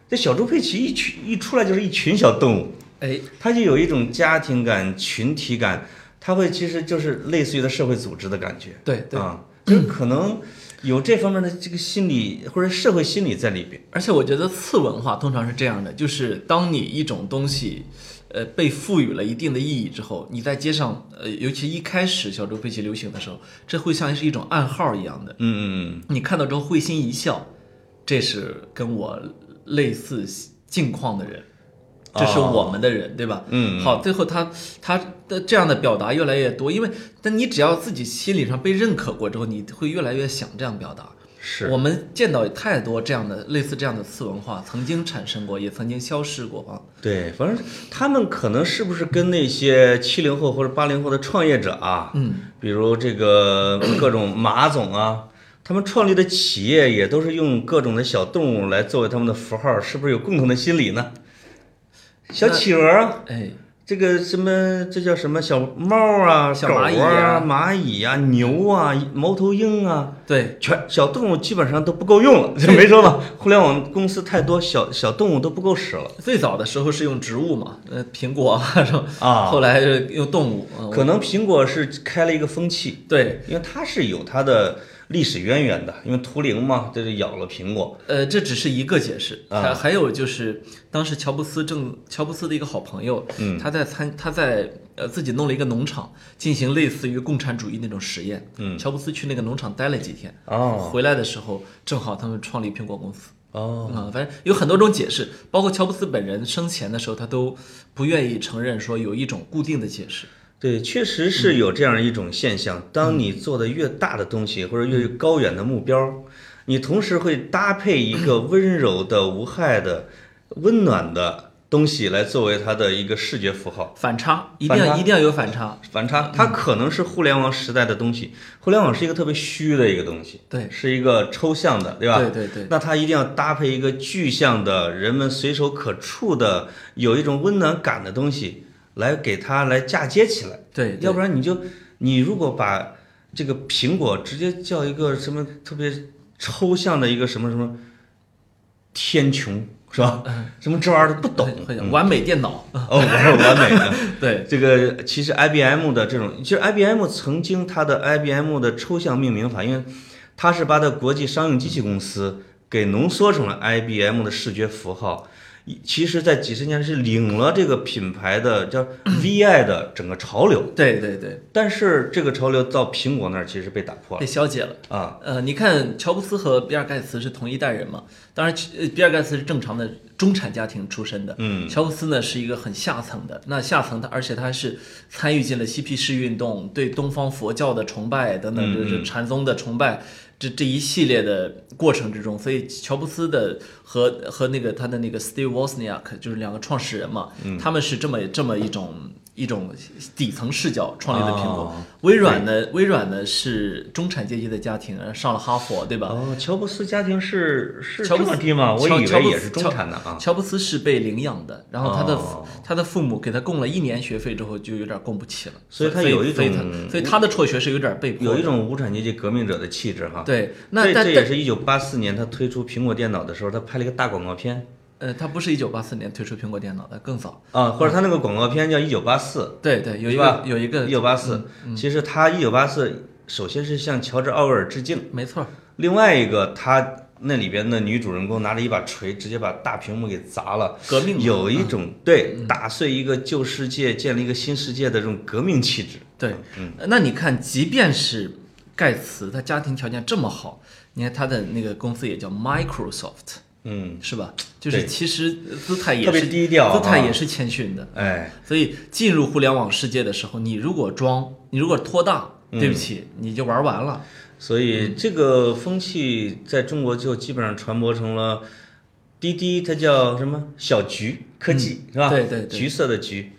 这小猪佩奇一群一出来就是一群小动物，
哎，
它就有一种家庭感、群体感，它会其实就是类似于的社会组织的感觉。
对对，
啊，就是可能有这方面的这个心理或者社会心理在里边。
而且我觉得次文化通常是这样的，就是当你一种东西，呃，被赋予了一定的意义之后，你在街上，呃，尤其一开始小猪佩奇流行的时候，这会像是一种暗号一样的，
嗯嗯
你看到之后会心一笑，这是跟我类似境况的人，这是
哦
我们的人，对吧？
嗯，
好，最后他他的这样的表达越来越多，因为但你只要自己心理上被认可过之后，你会越来越想这样表达。
是
我们见到太多这样的类似这样的次文化，曾经产生过，也曾经消失过啊。
对，反正他们可能是不是跟那些七零后或者八零后的创业者啊，
嗯，
比如这个 各种马总啊。他们创立的企业也都是用各种的小动物来作为他们的符号，是不是有共同的心理呢？小
那
企鹅啊，
哎，
这个什么，这叫什么小猫啊、
小
狗
蚂蚁
啊
啊、
蚂蚁啊、牛啊、猫头鹰啊，
对，
全小动物基本上都不够用 了。就没说嘛，互联网公司太多，小小动物都不够使了
最早的时候是用植物嘛，呃，苹果啊， 是吧
啊。
后来是用动物，嗯
可能苹果是开了一个风气，
对，
因为它是有它的历史渊源的，因为图灵嘛，这就咬了苹果。
呃，这只是一个解释，
啊
还、还有就是当时乔布斯正乔布斯的一个好朋友，
嗯
他在参他在呃自己弄了一个农场，进行类似于共产主义那种实验，
嗯
乔布斯去那个农场待了几天，
哦
回来的时候正好他们创立苹果公司。
哦，
啊、反正有很多种解释，包括乔布斯本人生前的时候，他都不愿意承认说有一种固定的解释。
对，确实
嗯
是有这样一种现象：当你做的越大的东西，或者越高远的目标，你同时会搭配一 个温柔的、无害的、温暖的东西来作为它的一个视觉符号。
反差一定要
反差
一定要有反差，
反差，它可能是互联网时代的东西。互联网是一个特别虚的一个东西，
对
是一个抽象的，对吧？
对对对
那它一定要搭配一个具象的、人们随手可触的、有一种温暖感的东西，来给它来嫁接起来。
对，
要不然你就你如果把这个苹果直接叫一个什么特别抽象的一个什么什么天穹是吧？什么这玩意儿都不懂
嗯很很
嗯
完美电脑，
哦，我是完美的。
对，
这个其实 IBM 的这种，其实 IBM 曾经它的 IBM 的抽象命名法，因为它是把它国际商用机器公司给浓缩成了 IBM 的视觉符号。一其实，在几十年是领了这个品牌的叫 VI 的整个潮流。
对对对，
但是这个潮流到苹果那儿其实被打破了
被消解了。
啊，
呃，你看乔布斯和比尔盖茨是同一代人嘛？当然，呃比尔盖茨是正常的中产家庭出身的，
嗯，
乔布斯呢是一个很下层的，那下层他而且他是参与进了嬉皮士运动，对东方佛教的崇拜等等，
嗯
就是
嗯
禅宗的崇拜。这这一系列的过程之中，所以乔布斯的和和那个他的那个 Steve Wozniak 就是两个创始人嘛，
嗯
他们是这么这么一种一种底层视角创立的苹果。
哦
微软呢，微软呢是中产阶级的家庭，呃上了哈佛，对吧？
哦，乔布斯家庭是是
乔
这
布斯
么低吗？我
乔
以
乔
为
布斯
也是中产的啊。
乔布斯是被领养的，然后他的、
哦
他的父母给他供了一年学费之后，就有点供不起了，
所以他有一
所以
种
他所以他的辍学是有点被迫的，
有一种无产阶级革命者的气质哈。，
对，那
这
但
这也
但
是一九八四年他推出苹果电脑的时候，他拍了一个大广告片
呃，他不是一九八四年推出苹果电脑的，更早，
啊，或者他那个广告片叫《一九八四
对对，》，有一
是吧
个有一个
嗯一九八四，其实他一九八四首先是向乔治·奥威尔致敬，
没错，
另外一个他那里边的女主人公拿着一把锤，直接把大屏幕给砸了。
革命嘛
有一
嗯
种对打碎一个旧世界，建立一个新世界的这种革命气质。
对，
嗯
那你看，即便是盖茨，他家庭条件这么好，你看他的那个公司也叫 Microsoft，
嗯，
是吧？就是
对
其实姿态也
特别
是
低调啊
姿态也是谦逊的。
哎，
所以进入互联网世界的时候，你如果装，你如果拖大，
嗯
对不起，你就玩完了。
所以这个风气在中国就基本上传播成了滴滴，它叫什么小橘科技、是
嗯
吧？
对对对
橘色的橘。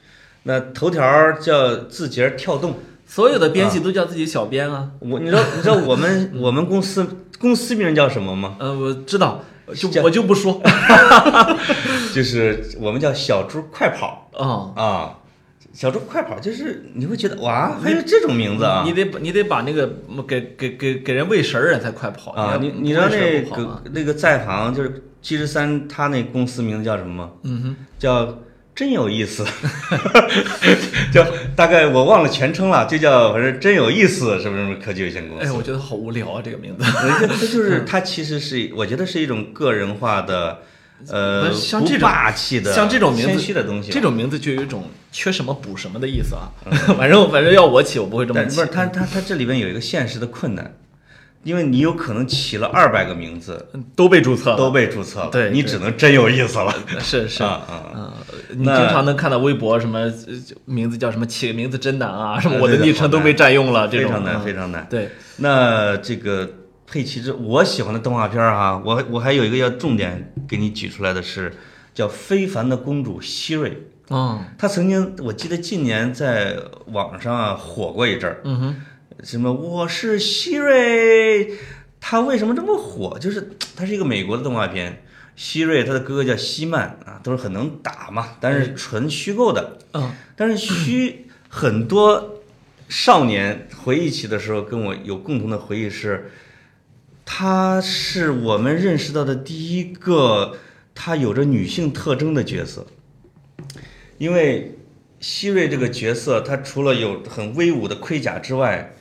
那头条儿叫字节跳动。
所有的编辑都叫自己小编啊。
我你知道你知道 我们我们公司公司名叫什么吗？
呃，我知道，就是
这样
我就不 说。
就是我们叫小猪快跑
哦，
啊，小猪快跑就是你会觉得哇，还有这种名字啊
你得把你得把那个嗯给给给给人喂食儿，人才快跑
啊！你你知道
让
那
个
个那个在行就是七十三，他那公司名字叫什么吗？
嗯哼，
叫真有意思， 叫大概我忘了全称了，就叫反正真有意思什么什么科技有限公
哎，
司。
我觉得好无聊啊，这个名字。
这嗯这就是它其实是我觉得是一种个人化的，呃，
不是像这种
不霸气的，
像这种名字
谦虚的东西吧，
这种名字就有一种缺什么补什么的意思啊。 反正反正要我起，我不会这么
嗯但
起
不。是它它它这里边有一个现实的困难，因为你有可能起了二百个名字
嗯都被注册了，
都被注册了，
对
你
对
只能真有意思了。
是是
啊啊
嗯，你经
那
常能看到微博什么呃就名字叫什么起个名字真难啊，什么
呃
我的
这个
昵
好
称都
难
被占用了，这
非
种
常难，
嗯
非常难。
对，
那这个佩奇这我喜欢的动画片儿、哈，我我还有一个要重点给你举出来的是叫《非凡的公主希瑞》，
嗯
她曾经我记得近年在网上啊火过一阵儿，
嗯哼，
什么我是希瑞，她为什么这么火？就是它是一个美国的动画片。希瑞他的哥哥叫希曼啊，都是很能打嘛，但是纯虚构的。
嗯
但是虚很多少年回忆起的时候，跟我有共同的回忆是，她是我们认识到的第一个她有着女性特征的角色，因为希瑞这个角色，她除了有很威武的盔甲之外，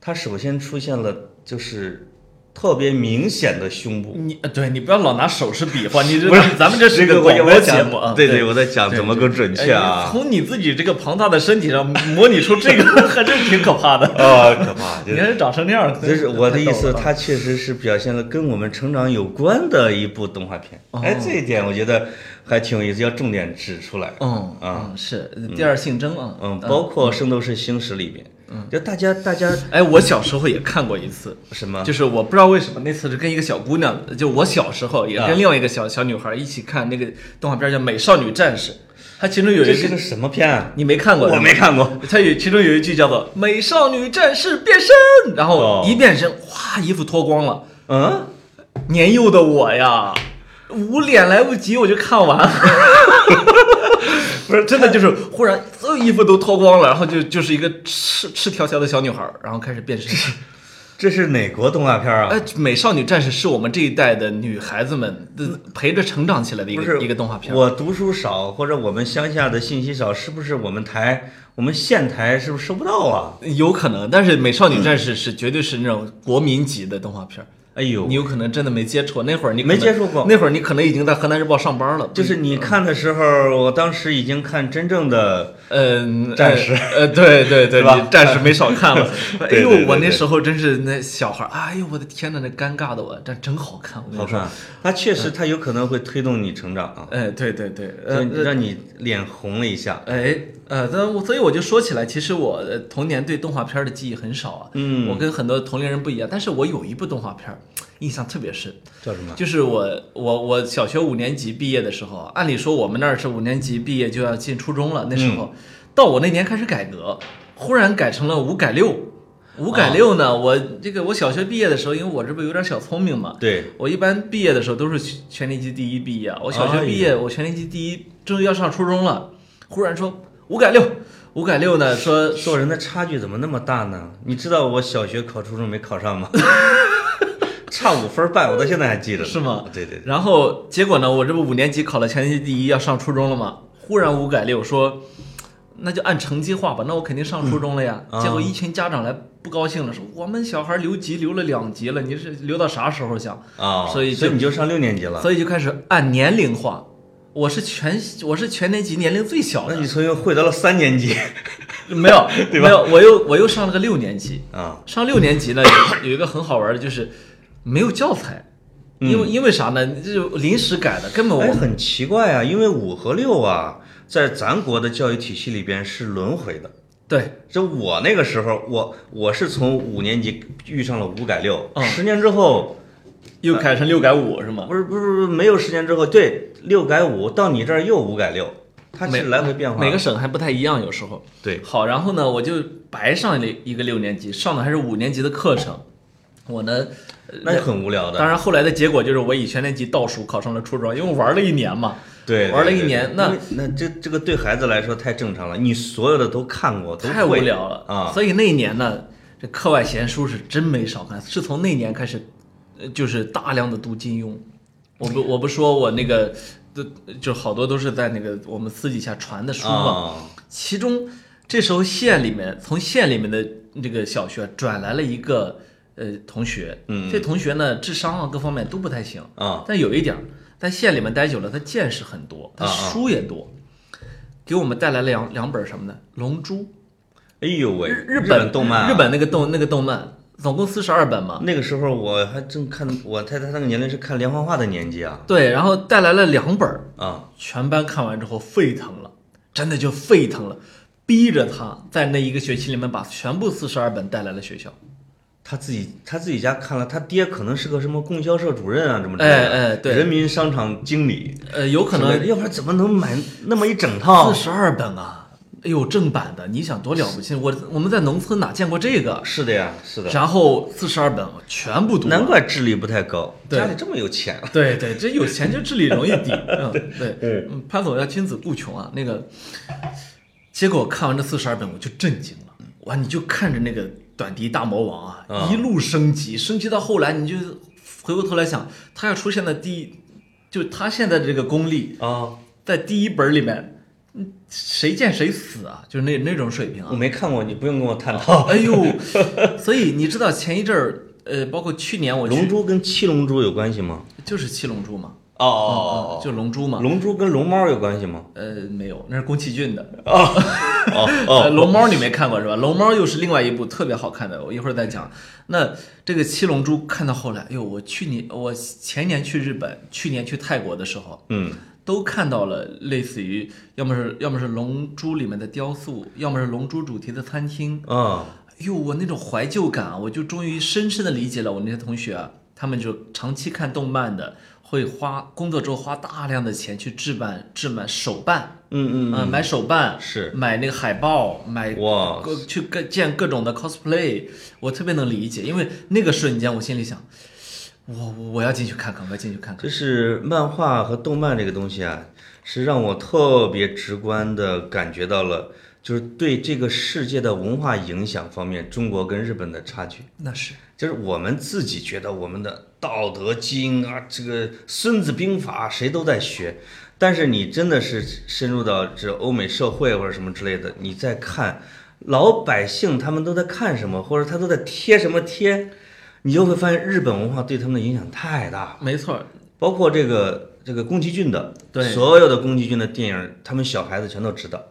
她首先出现了就是特别明显的胸部。
你呃对你不要老拿手势比划，你这
不是，
咱们这是
这个
广
我我
播
要
节
讲
目啊，
对
对
对，我在讲怎么个准确
哎你
啊，
从你自己这个庞大的身体上模拟出这个， 还真挺可怕的。
啊，可怕，
你看这长成这样，
就是我的意
太逗
思，
了啊
它确实是表现了跟我们成长有关的一部动画片。
哦
哎，这一点我觉得还挺有意思，要重点指出来。
嗯
啊
嗯是第二性征啊，
嗯，包括《圣斗士星矢》里面，嗯，就大家大家
哎，我小时候也看过一次，
什么
就是我不知道为什么那次是跟一个小姑娘，就我小时候也
啊
跟另外一个小小女孩一起看那个动画片叫《美少女战士》，它其中有
这
一
是
个
个什么片啊？
你没看过，
我没看过。
它有其中有一句叫做“美少女战士变身”，然后
哦
一变身，哗，衣服脱光了。
嗯，
年幼的我呀，捂脸来不及，我就看完了。 不是真的，就是忽然所有衣服都脱光了，然后就就是一个赤赤条条的小女孩，然后开始变身。
这是哪国动画片啊？
哎，美少女战士是我们这一代的女孩子们呃陪着成长起来的一
嗯不
个
是
一个动画片。
我读书少，或者我们乡下的信息少，是不是我们台我们县台是不是收不到啊？
有可能，但是美少
嗯
女战士是绝对是那种国民级的动画片儿。
哎呦
你，有可能真的没接触，那会儿你可
没
能
接触过
那会儿你可能已经在河南日报上班了，
就是你看的时候，我当时已经看真正的。
嗯，
战士
呃，呃，对对对，
是吧
你战士没少看 了。哎
对对
呦
对对，
我那时候真是那小孩儿，哎呦我的天呐，那尴尬的我，但真好看，我跟
好
你说。
看，它确实它有可能会推动你成长啊，
哎，对对对，
就
呃，
让你脸红了一下。
哎，呃，但我所以我就说起来，其实我呃童年对动画片儿的记忆很少啊。
嗯
我跟很多同龄人不一样，但是我有一部动画片儿印象特别深，
叫什么？
就是我我我小学五年级毕业的时候啊，按理说我们那儿是五年级毕业就要进初中了，那时候、到我那年开始改革，忽然改成了五改六。五改六呢，我这个我小学毕业的时候，因为我这不有点小聪明嘛，
对，
我一般毕业的时候都是全全年级第一毕业啊，我小学毕
哎
业，我全年级第一，终于要上初中了，忽然说五改六，五改六呢说
做人的差距怎么那么大呢？你知道我小学考初中没考上吗？ 差五分半，我到现在还记得呢。
是吗
对对对，
然后结果呢，我这不五年级考了全年级第一，要上初中了嘛，忽然五改六说，那就按成绩划吧，那我肯定上初中了呀。
嗯啊
结果一群家长来不高兴了，说我们小孩留级留了两级了，你是留到啥时候想？
啊，
所以就
所以你就上六年级了。
所以就开始按年龄划。我是全我是全年级年龄最小
那
的，
你从又回到了三 年级
没有
对吧
没有，我又我又上了个六年级。
啊，
上六年级呢，有有一个很好玩的，就是没有教材，因为因为啥呢？就临时改的，根本
嗯哎，
我
很奇怪啊，因为五和六啊，在咱国的教育体系里边是轮回的。
对
这我那个时候，我我是从五年级遇上了五改六，
嗯
十年之后
又改成六改五是吗？
不是不是不是没有十年之后，对六改五到你这儿又五改六，它是
每
来回变化。
每个省还不太一样，有时候。
对，
好，然后呢，我就白上了一个六年级，上的还是五年级的课程。我呢，呃
那是很无聊的。
当然后来的结果就是我以全年级倒数考上了初中，因为我玩了一年嘛。
对，对
玩了一
对
年
对那这这个对孩子来说太正常了，你所有的都看过，都
太无
会
聊了
啊！
所以那一年呢，这课外闲书是真没少看，是从那年开始，呃就是大量的读金庸。我不我不说我那个，就就好多都是在那个我们私底下传的书嘛。
啊，
其中这时候县里面从县里面的这个小学转来了一个呃同学，
嗯
这同学呢智商啊各方面都不太行，
啊，
但有一点儿，在县里面待久了，他见识很多，他
啊啊
书也多，给我们带来了两两本什么呢？《龙珠》。
哎呦喂，
日
日
本
动漫啊，
日本那个动那个动漫，总共四十二本嘛。
那个时候我还正看，我太太那个年龄是看连环画的年纪啊
对，然后带来了两本儿，
啊！
全班看完之后沸腾了，真的就沸腾了，逼着他在那一个学期里面把全部四十二本带来了学校。
他自己他自己家看了，他爹可能是个什么供销社主任啊，什么之类
哎
的，
哎对
人民商场经理，
呃，有可
什么哦
能
要不然怎么能买那么一整套
四？十二本啊，哎呦，正版的，你想多了不起？我我们在农村哪见过这个？
是的呀，是的，
然后四十二本我全部读完
难怪智力不太高，
对
家里这么有钱。啊
对对，这有钱就智力容易低。嗯，对，
嗯
嗯，潘总要君子固穷啊。那个，结果看完这四十二本，我就震惊了。哇，你就看着那个短笛大魔王啊，
啊
一路升级，升级到后来，你就回过头来想，他要出现在第一，就他现在这个功力，
啊，
在第一本里面，嗯谁见谁死啊，就是那那种水平啊
我。没看过，你不用跟我探讨。
哎呦，所以你知道前一阵儿，呃，包括去年我
龙
去，
珠跟七龙珠有关系吗？
就是七龙珠嘛，
哦
嗯就龙珠嘛。
龙珠跟龙猫有关系吗？
呃，没有，那是宫崎骏的。
哦
呃，
哦，
龙猫你没看过是吧？龙猫又是另外一部特别好看的，我一会儿再讲。那这个七龙珠看到后来，哎呦，我去年我前年去日本，去年去泰国的时候，
嗯，
都看到了类似于要么是要么是龙珠里面的雕塑，要么是龙珠主题的餐厅。
啊
哎呦，我那种怀旧感啊，我就终于深深的理解了我那些同学啊，他们就长期看动漫的，会花工作之后花大量的钱去置办置办手办。
嗯嗯
嗯，买手办
是
买那个海报，买
哇
各去各见各种的 cosplay，我特别能理解，因为那个瞬间我心里想，我我我要进去看看，我要进去看看。
就是漫画和动漫这个东西啊，是让我特别直观的感觉到了，就是对这个世界的文化影响方面，中国跟日本的差距。
那是
就是我们自己觉得我们的《道德经》啊，这个《孙子兵法》谁都在学，但是你真的是深入到这欧美社会或者什么之类的，你在看老百姓他们都在看什么，或者他都在贴什么贴，你就会发现日本文化对他们的影响太大了。
啊没错，
包括这个这个宫崎骏的，
对
所有的宫崎骏的电影，他们小孩子全都知道。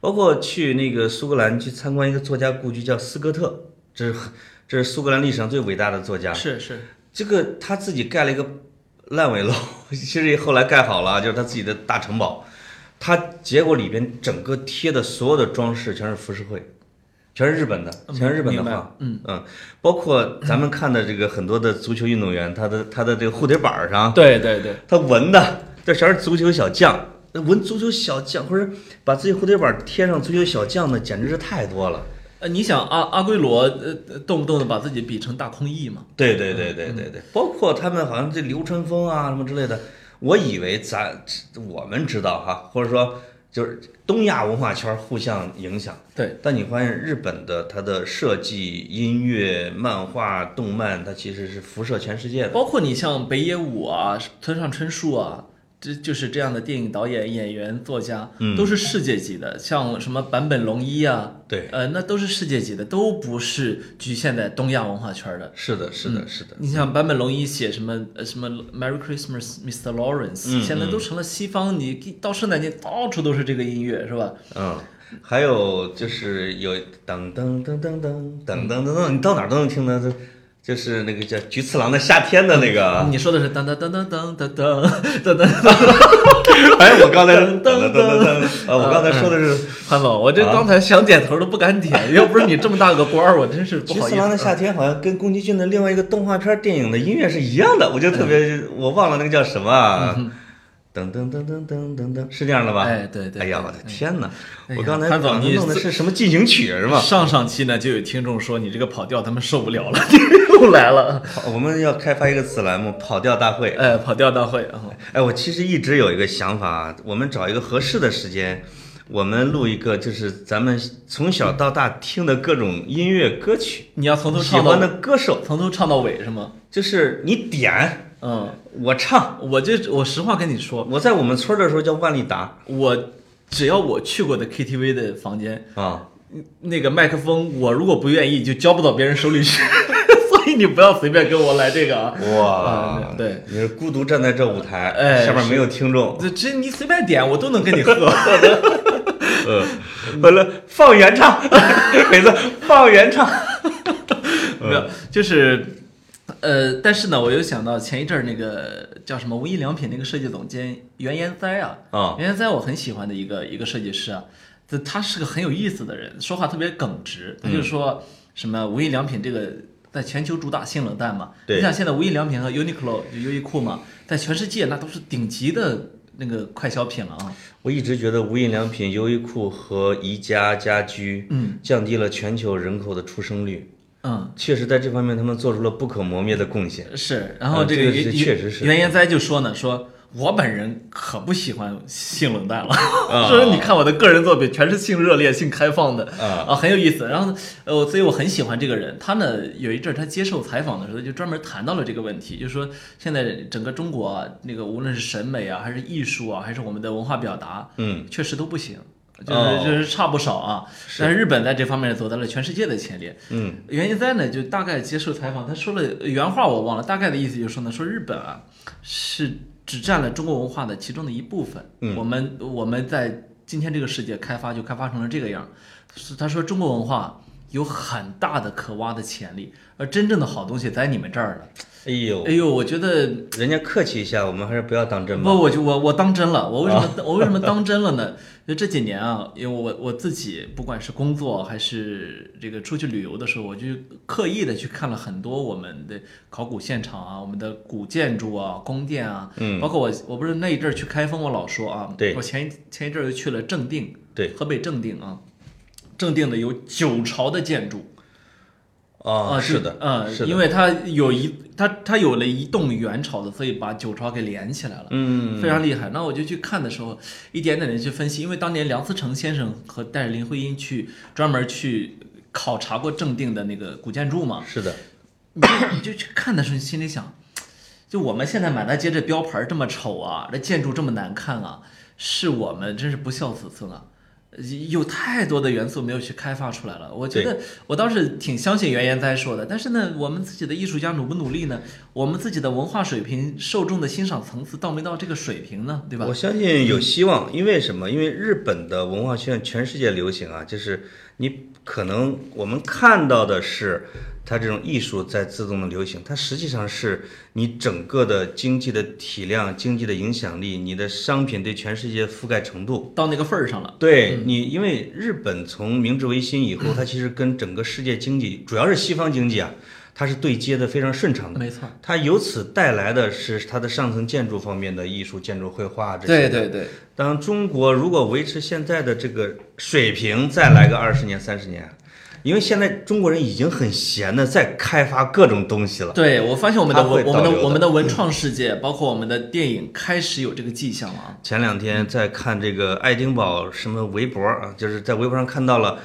包括去那个苏格兰去参观一个作家故居，叫斯科特，这是这是苏格兰历史上最伟大的作家。
是是，
这个他自己盖了一个烂尾楼， 其实后来盖好了，就是他自己的大城堡。他结果里边整个贴的所有的装饰全是浮世绘，全是日本的，全是日本的
明白
画。嗯包括咱们看的这个很多的足球运动员，他的他的这个护腿板儿上，
对对对，
他纹的，这全是足球小将，纹足球小将，或者把自己蝴蝶板贴上足球小将的，简直是太多了。
呃，你想阿阿圭罗，呃，动不动的把自己比成大空翼嘛？
对对对对对对，嗯包括他们好像这流川枫啊什么之类的，我以为咱我们知道哈，或者说就是东亚文化圈互相影响，
对，
但你发现日本的它的设计、音乐、漫画、动漫，它其实是辐射全世界的。
包括你像北野武啊、村上春树啊，这就是这样的电影导演、演员、作家，
嗯
都是世界级的，像什么坂本龙一啊，
对
呃，那都是世界级的，都不是局限在东亚文化圈的。
是的，是的，是的，
你像坂本龙一写什么呃什么 Merry Christmas Mr. Lawrence，、
嗯
现在都成了西方，你到圣诞节到处都是这个音乐，是吧？
嗯，还有就是有噔噔噔噔噔噔噔噔噔，你到哪儿都能听到，就就是那个叫菊次郎的夏天的那个，
你说的是噔噔噔噔噔噔噔噔噔，
哎，我刚才噔噔噔
嗯
噔，啊，我刚才说的是
潘总，我这刚才想点头都不敢点，要不是你这么大个官儿，我真是不
菊
好
次
意
郎的
思。
夏天，好像跟宫崎骏的另外一个动画片电影的音乐是一样的，我就特别，
嗯
我忘了那个叫什么啊，噔噔噔噔噔噔噔，是这样的吧？
哎对对
哎呀，我的天哪！
哎呀
我刚才
潘总
好像
你
弄的是什么进行曲 是吧？
上上期呢，就有听众说你这个跑调，他们受不了了，又来了。
好我们要开发一个子栏目，跑调大会。
哎，跑调大会啊！
哎，我其实一直有一个想法啊，我们找一个合适的时间，我们录一个，就是咱们从小到大听的各种音乐歌曲，
你要从头
喜
唱
欢
到
的歌手，
从头唱到尾是吗？
就是你点
嗯，
我唱。
我这我实话跟你说，
我在我们村儿的时候叫万丽达
我只要我去过的 KTV 的房间，
啊，
那个麦克风，我如果不愿意就交不到别人手里去， 所以你不要随便跟我来这个啊。 啊对，
你是孤独站在这舞台，
哎
下面没有听众，
这这你随便点，我都能跟你喝。
呃， 完了放原唱， 每次放原唱，
没有，就是，呃，但是呢，我又想到前一阵儿那个叫什么无印良品那个设计总监袁研哉啊，
啊
袁研哉我很喜欢的一个一个设计师啊，他他是个很有意思的人，说话特别耿直，
嗯
他就说什么无印良品这个。在全球主打性冷淡嘛，
对
你想现在无印良品和 Uniqlo 就优衣库嘛，在全世界那都是顶级的那个快消品了啊。
我一直觉得无印良品、优衣库和宜家家居，
嗯，
降低了全球人口的出生率，
嗯，
确实在这方面他们做出了不可磨灭的贡献。
是，然后
嗯
这
这
个
个是
袁
确实是
袁研哉就说呢，说我本人可不喜欢性冷淡了，
啊
说你看我的个人作品全是性热烈、性开放的
啊
很有意思。然后呢呃，我所以我很喜欢这个人。他呢有一阵儿他接受采访的时候就专门谈到了这个问题，就说现在整个中国啊，那个无论是审美啊，还是艺术啊，还是我们的文化表达，
嗯，
确实都不行。就是、
哦
就是差不少啊，但是日本在这方面走在了全世界的前列。
嗯，
袁一哉呢，就大概接受采访，他说了呃原话我忘了，大概的意思就是说呢，说日本啊是只占了中国文化的其中的一部分。
嗯
我们我们在今天这个世界开发就开发成了这个样，是他说中国文化有很大的可挖的潜力，而真正的好东西在你们这儿呢。
哎呦
哎，呦，我觉得
人家客气一下，我们还是不要当真吧。
不，我就我我当真了。我为
啊
什么、我为什么当真了呢？就这几年啊，因为我我自己不管是工作还是这个出去旅游的时候，我就刻意的去看了很多我们的考古现场啊，我们的古建筑啊、宫殿啊，
嗯
包括我我不是那一阵儿去开封，我老说啊，
对
我前一前一阵儿又去了正定，
对，
河北正定啊，正定的有九朝的建筑。
啊，
啊，
是的，
嗯，
是的，
因为它有一它它有了一栋元朝的，所以把九朝给连起来了，
嗯，
非常厉害。那我就去看的时候，一点点的去分析，因为当年梁思成先生和带着林徽因去专门去考察过正定的那个古建筑嘛，
是的，
你你就去看的时候，你心里想，就我们现在满大街这标牌儿这么丑啊，这建筑这么难看啊，是我们真是不孝子孙啊。呃有太多的元素没有去开发出来了，我觉得我倒是挺相信袁研哉说的，但是呢，我们自己的艺术家努不努力呢？我们自己的文化水平、受众的欣赏层次到没到这个水平呢？对吧
我？相信有希望，因为什么？因为日本的文化圈全世界流行啊，就是你可能我们看到的是它这种艺术在自动的流行，它实际上是你整个的经济的体量、经济的影响力、你的商品对全世界覆盖程度。
到那个份儿上了，
对你，因为日本从明治维新以后，
嗯
它其实跟整个世界经济，主要是西方经济啊，它是对接的非常顺畅的。
没错。
它由此带来的是它的上层建筑方面的艺术、建筑、绘画这
对
些。
对对，
当中国如果维持现在的这个水平，再来个二十年、三十年，因为现在中国人已经很闲的在开发各种东西了。
对我发现我们的
它会
文、我们
倒
的
流的嗯
我们的文创世界，包括我们的电影，开始有这个迹象了啊。
前两天在看这个爱丁堡什么微博啊，就是在微博上看到了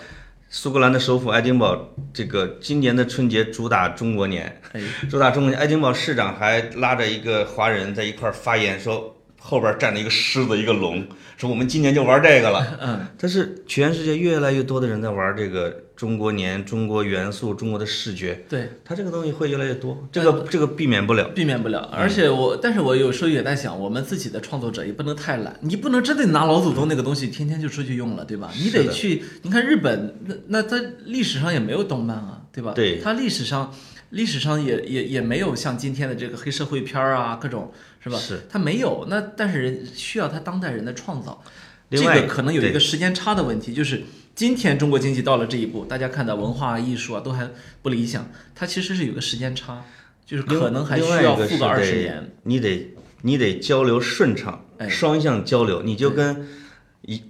苏格兰的首府爱丁堡，这个今年的春节主打中国年，
哎，
主打中国年，爱丁堡市长还拉着一个华人在一块儿发言说。后边站着一个狮子，一个龙，说我们今年就玩这个了。
嗯，
但是全世界越来越多的人在玩这个中国年、中国元素、中国的视觉，
对，
它这个东西会越来越多，这
哎
个这个避免不了。嗯
避免不了。而且我，但是我有时候也在想，我们自己的创作者也不能太懒，你不能真的拿老祖宗那个东西天天就出去用了，对吧？你
是
得
的
去，你看日本，那那它历史上也没有动漫啊，对吧？
对
它历史上。历史上也也也没有像今天的这个黑社会片儿啊，各种是吧？
是，
它没有。那但是人需要他当代人的创造，
另
这
外
个可能有一个时间差的问题，就是今天中国经济到了这一步，大家看到文化啊艺术啊都还不理想，它其实是有个时间差，就是可能还需要付
个
二十年。，
你得你得交流顺畅，
哎
双向交流，你就跟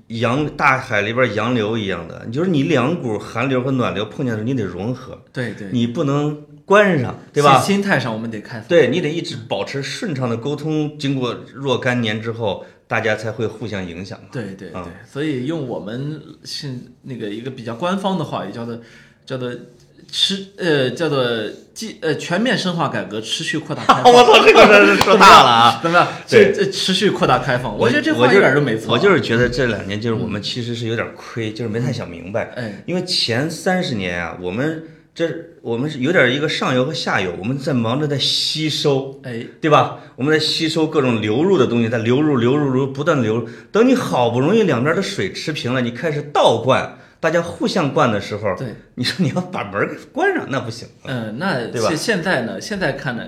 洋大海里边洋流一样的，你就是你两股寒流和暖流碰见的时候，你得融合，
对对，
你不能关上，对吧？
心心态上我们得开放。
对你得一直保持顺畅的沟通，经过若干年之后，大家才会互相影 响。
对对对
嗯，
所以用我们是那个一个比较官方的话语叫做叫做持呃叫做继呃全面深化改革，持续扩大开放。
我操，这个真是说大了啊！
怎么样？这
对
这持续扩大开放，
我
觉得这
我
话
就
一点都没错。啊嗯
我就是觉得这两年就是我们其实是有点亏，就是没太想明白。
哎，
因为前三十年啊，我们这我们是有点一个上游和下游，我们在忙着在吸收，
哎，
对吧？我们在吸收各种流入的东西，在流入、流入、流入不断地流入。等你好不容易两边的水持平了，你开始倒灌，大家互相灌的时候，
对，
你说你要把门给关上，那不行。
嗯，那
对吧
现现在呢？现在看呢，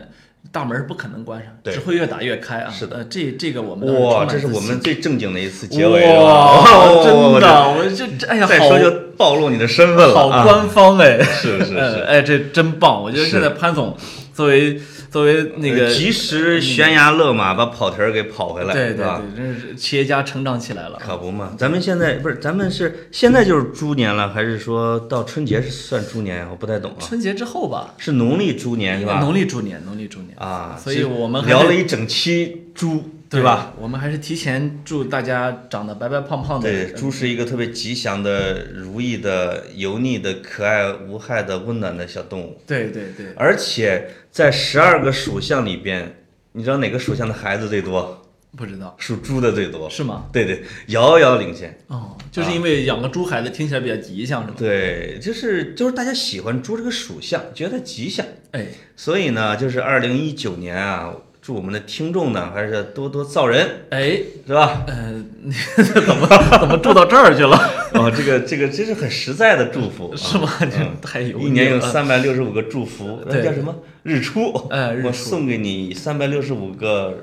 大门不可能关上，
对
只会越打越开啊。
是的
呃，这这个我们当然充
哇，
满
这是
自
我
信
们最正经的一次结尾了。
哇，真
哇，
的，我这这哎
我
呀，
再
好
说就暴露你的身份了。
好
啊
官方哎，
是是 是
呃哎，这真棒！我觉得
是
现在潘总作为作为那个
呃及时悬崖勒马，把跑题儿给跑回来，
对对
是吧？
对，真是企业家成长起来了。
可不嘛，咱们现在不是，咱们是现在就是猪年了，还是说到春节是算猪年呀？我不太懂啊，
春节之后吧，
是农历猪年是吧？
农历猪年，农历猪年
啊，
所以我们还
聊
是
了一整期猪，
对
吧？？
我们还是提前祝大家长得白白胖胖的。呃
对，猪是一个特别吉祥的、如意的、油腻的、可爱无害的、温暖的小动物，
对对对，
而且在十二个属相里边，你知道哪个属相的孩子最多？
不知道
属猪的最多，
是吗？
对对，遥遥领先。
哦，就是因为养个猪孩子听起来比较吉祥，是吗？
对，就是就是大家喜欢猪这个属相，觉得吉祥，
哎，
所以呢，就是二零一九年啊，祝我们的听众呢，还是多多造人，
哎，
是吧？
呃，你怎么 怎么住到这儿去了？
哦，这个这个真是很实在的祝福，
是吗？
嗯
这太油腻了。
一年有三百六十五个祝福，那
啊对
叫什么日出？
哎日
我
出
送给你三百六十五个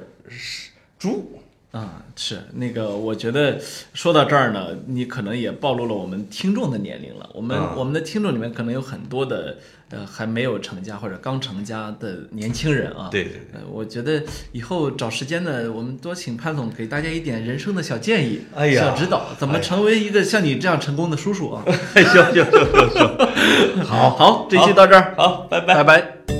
猪。
啊、是那个，我觉得说到这儿呢，你可能也暴露了我们听众的年龄了。我们、
啊
我们的听众里面可能有很多的呃还没有成家或者刚成家的年轻人啊。
对对
呃，我觉得以后找时间呢，我们多请潘总给大家一点人生的小建议、
哎呀
小指导，怎么成为一个像你这样成功的叔叔啊？
对，行行行行行，
好好，这期到这儿，
好，拜
拜
拜。
拜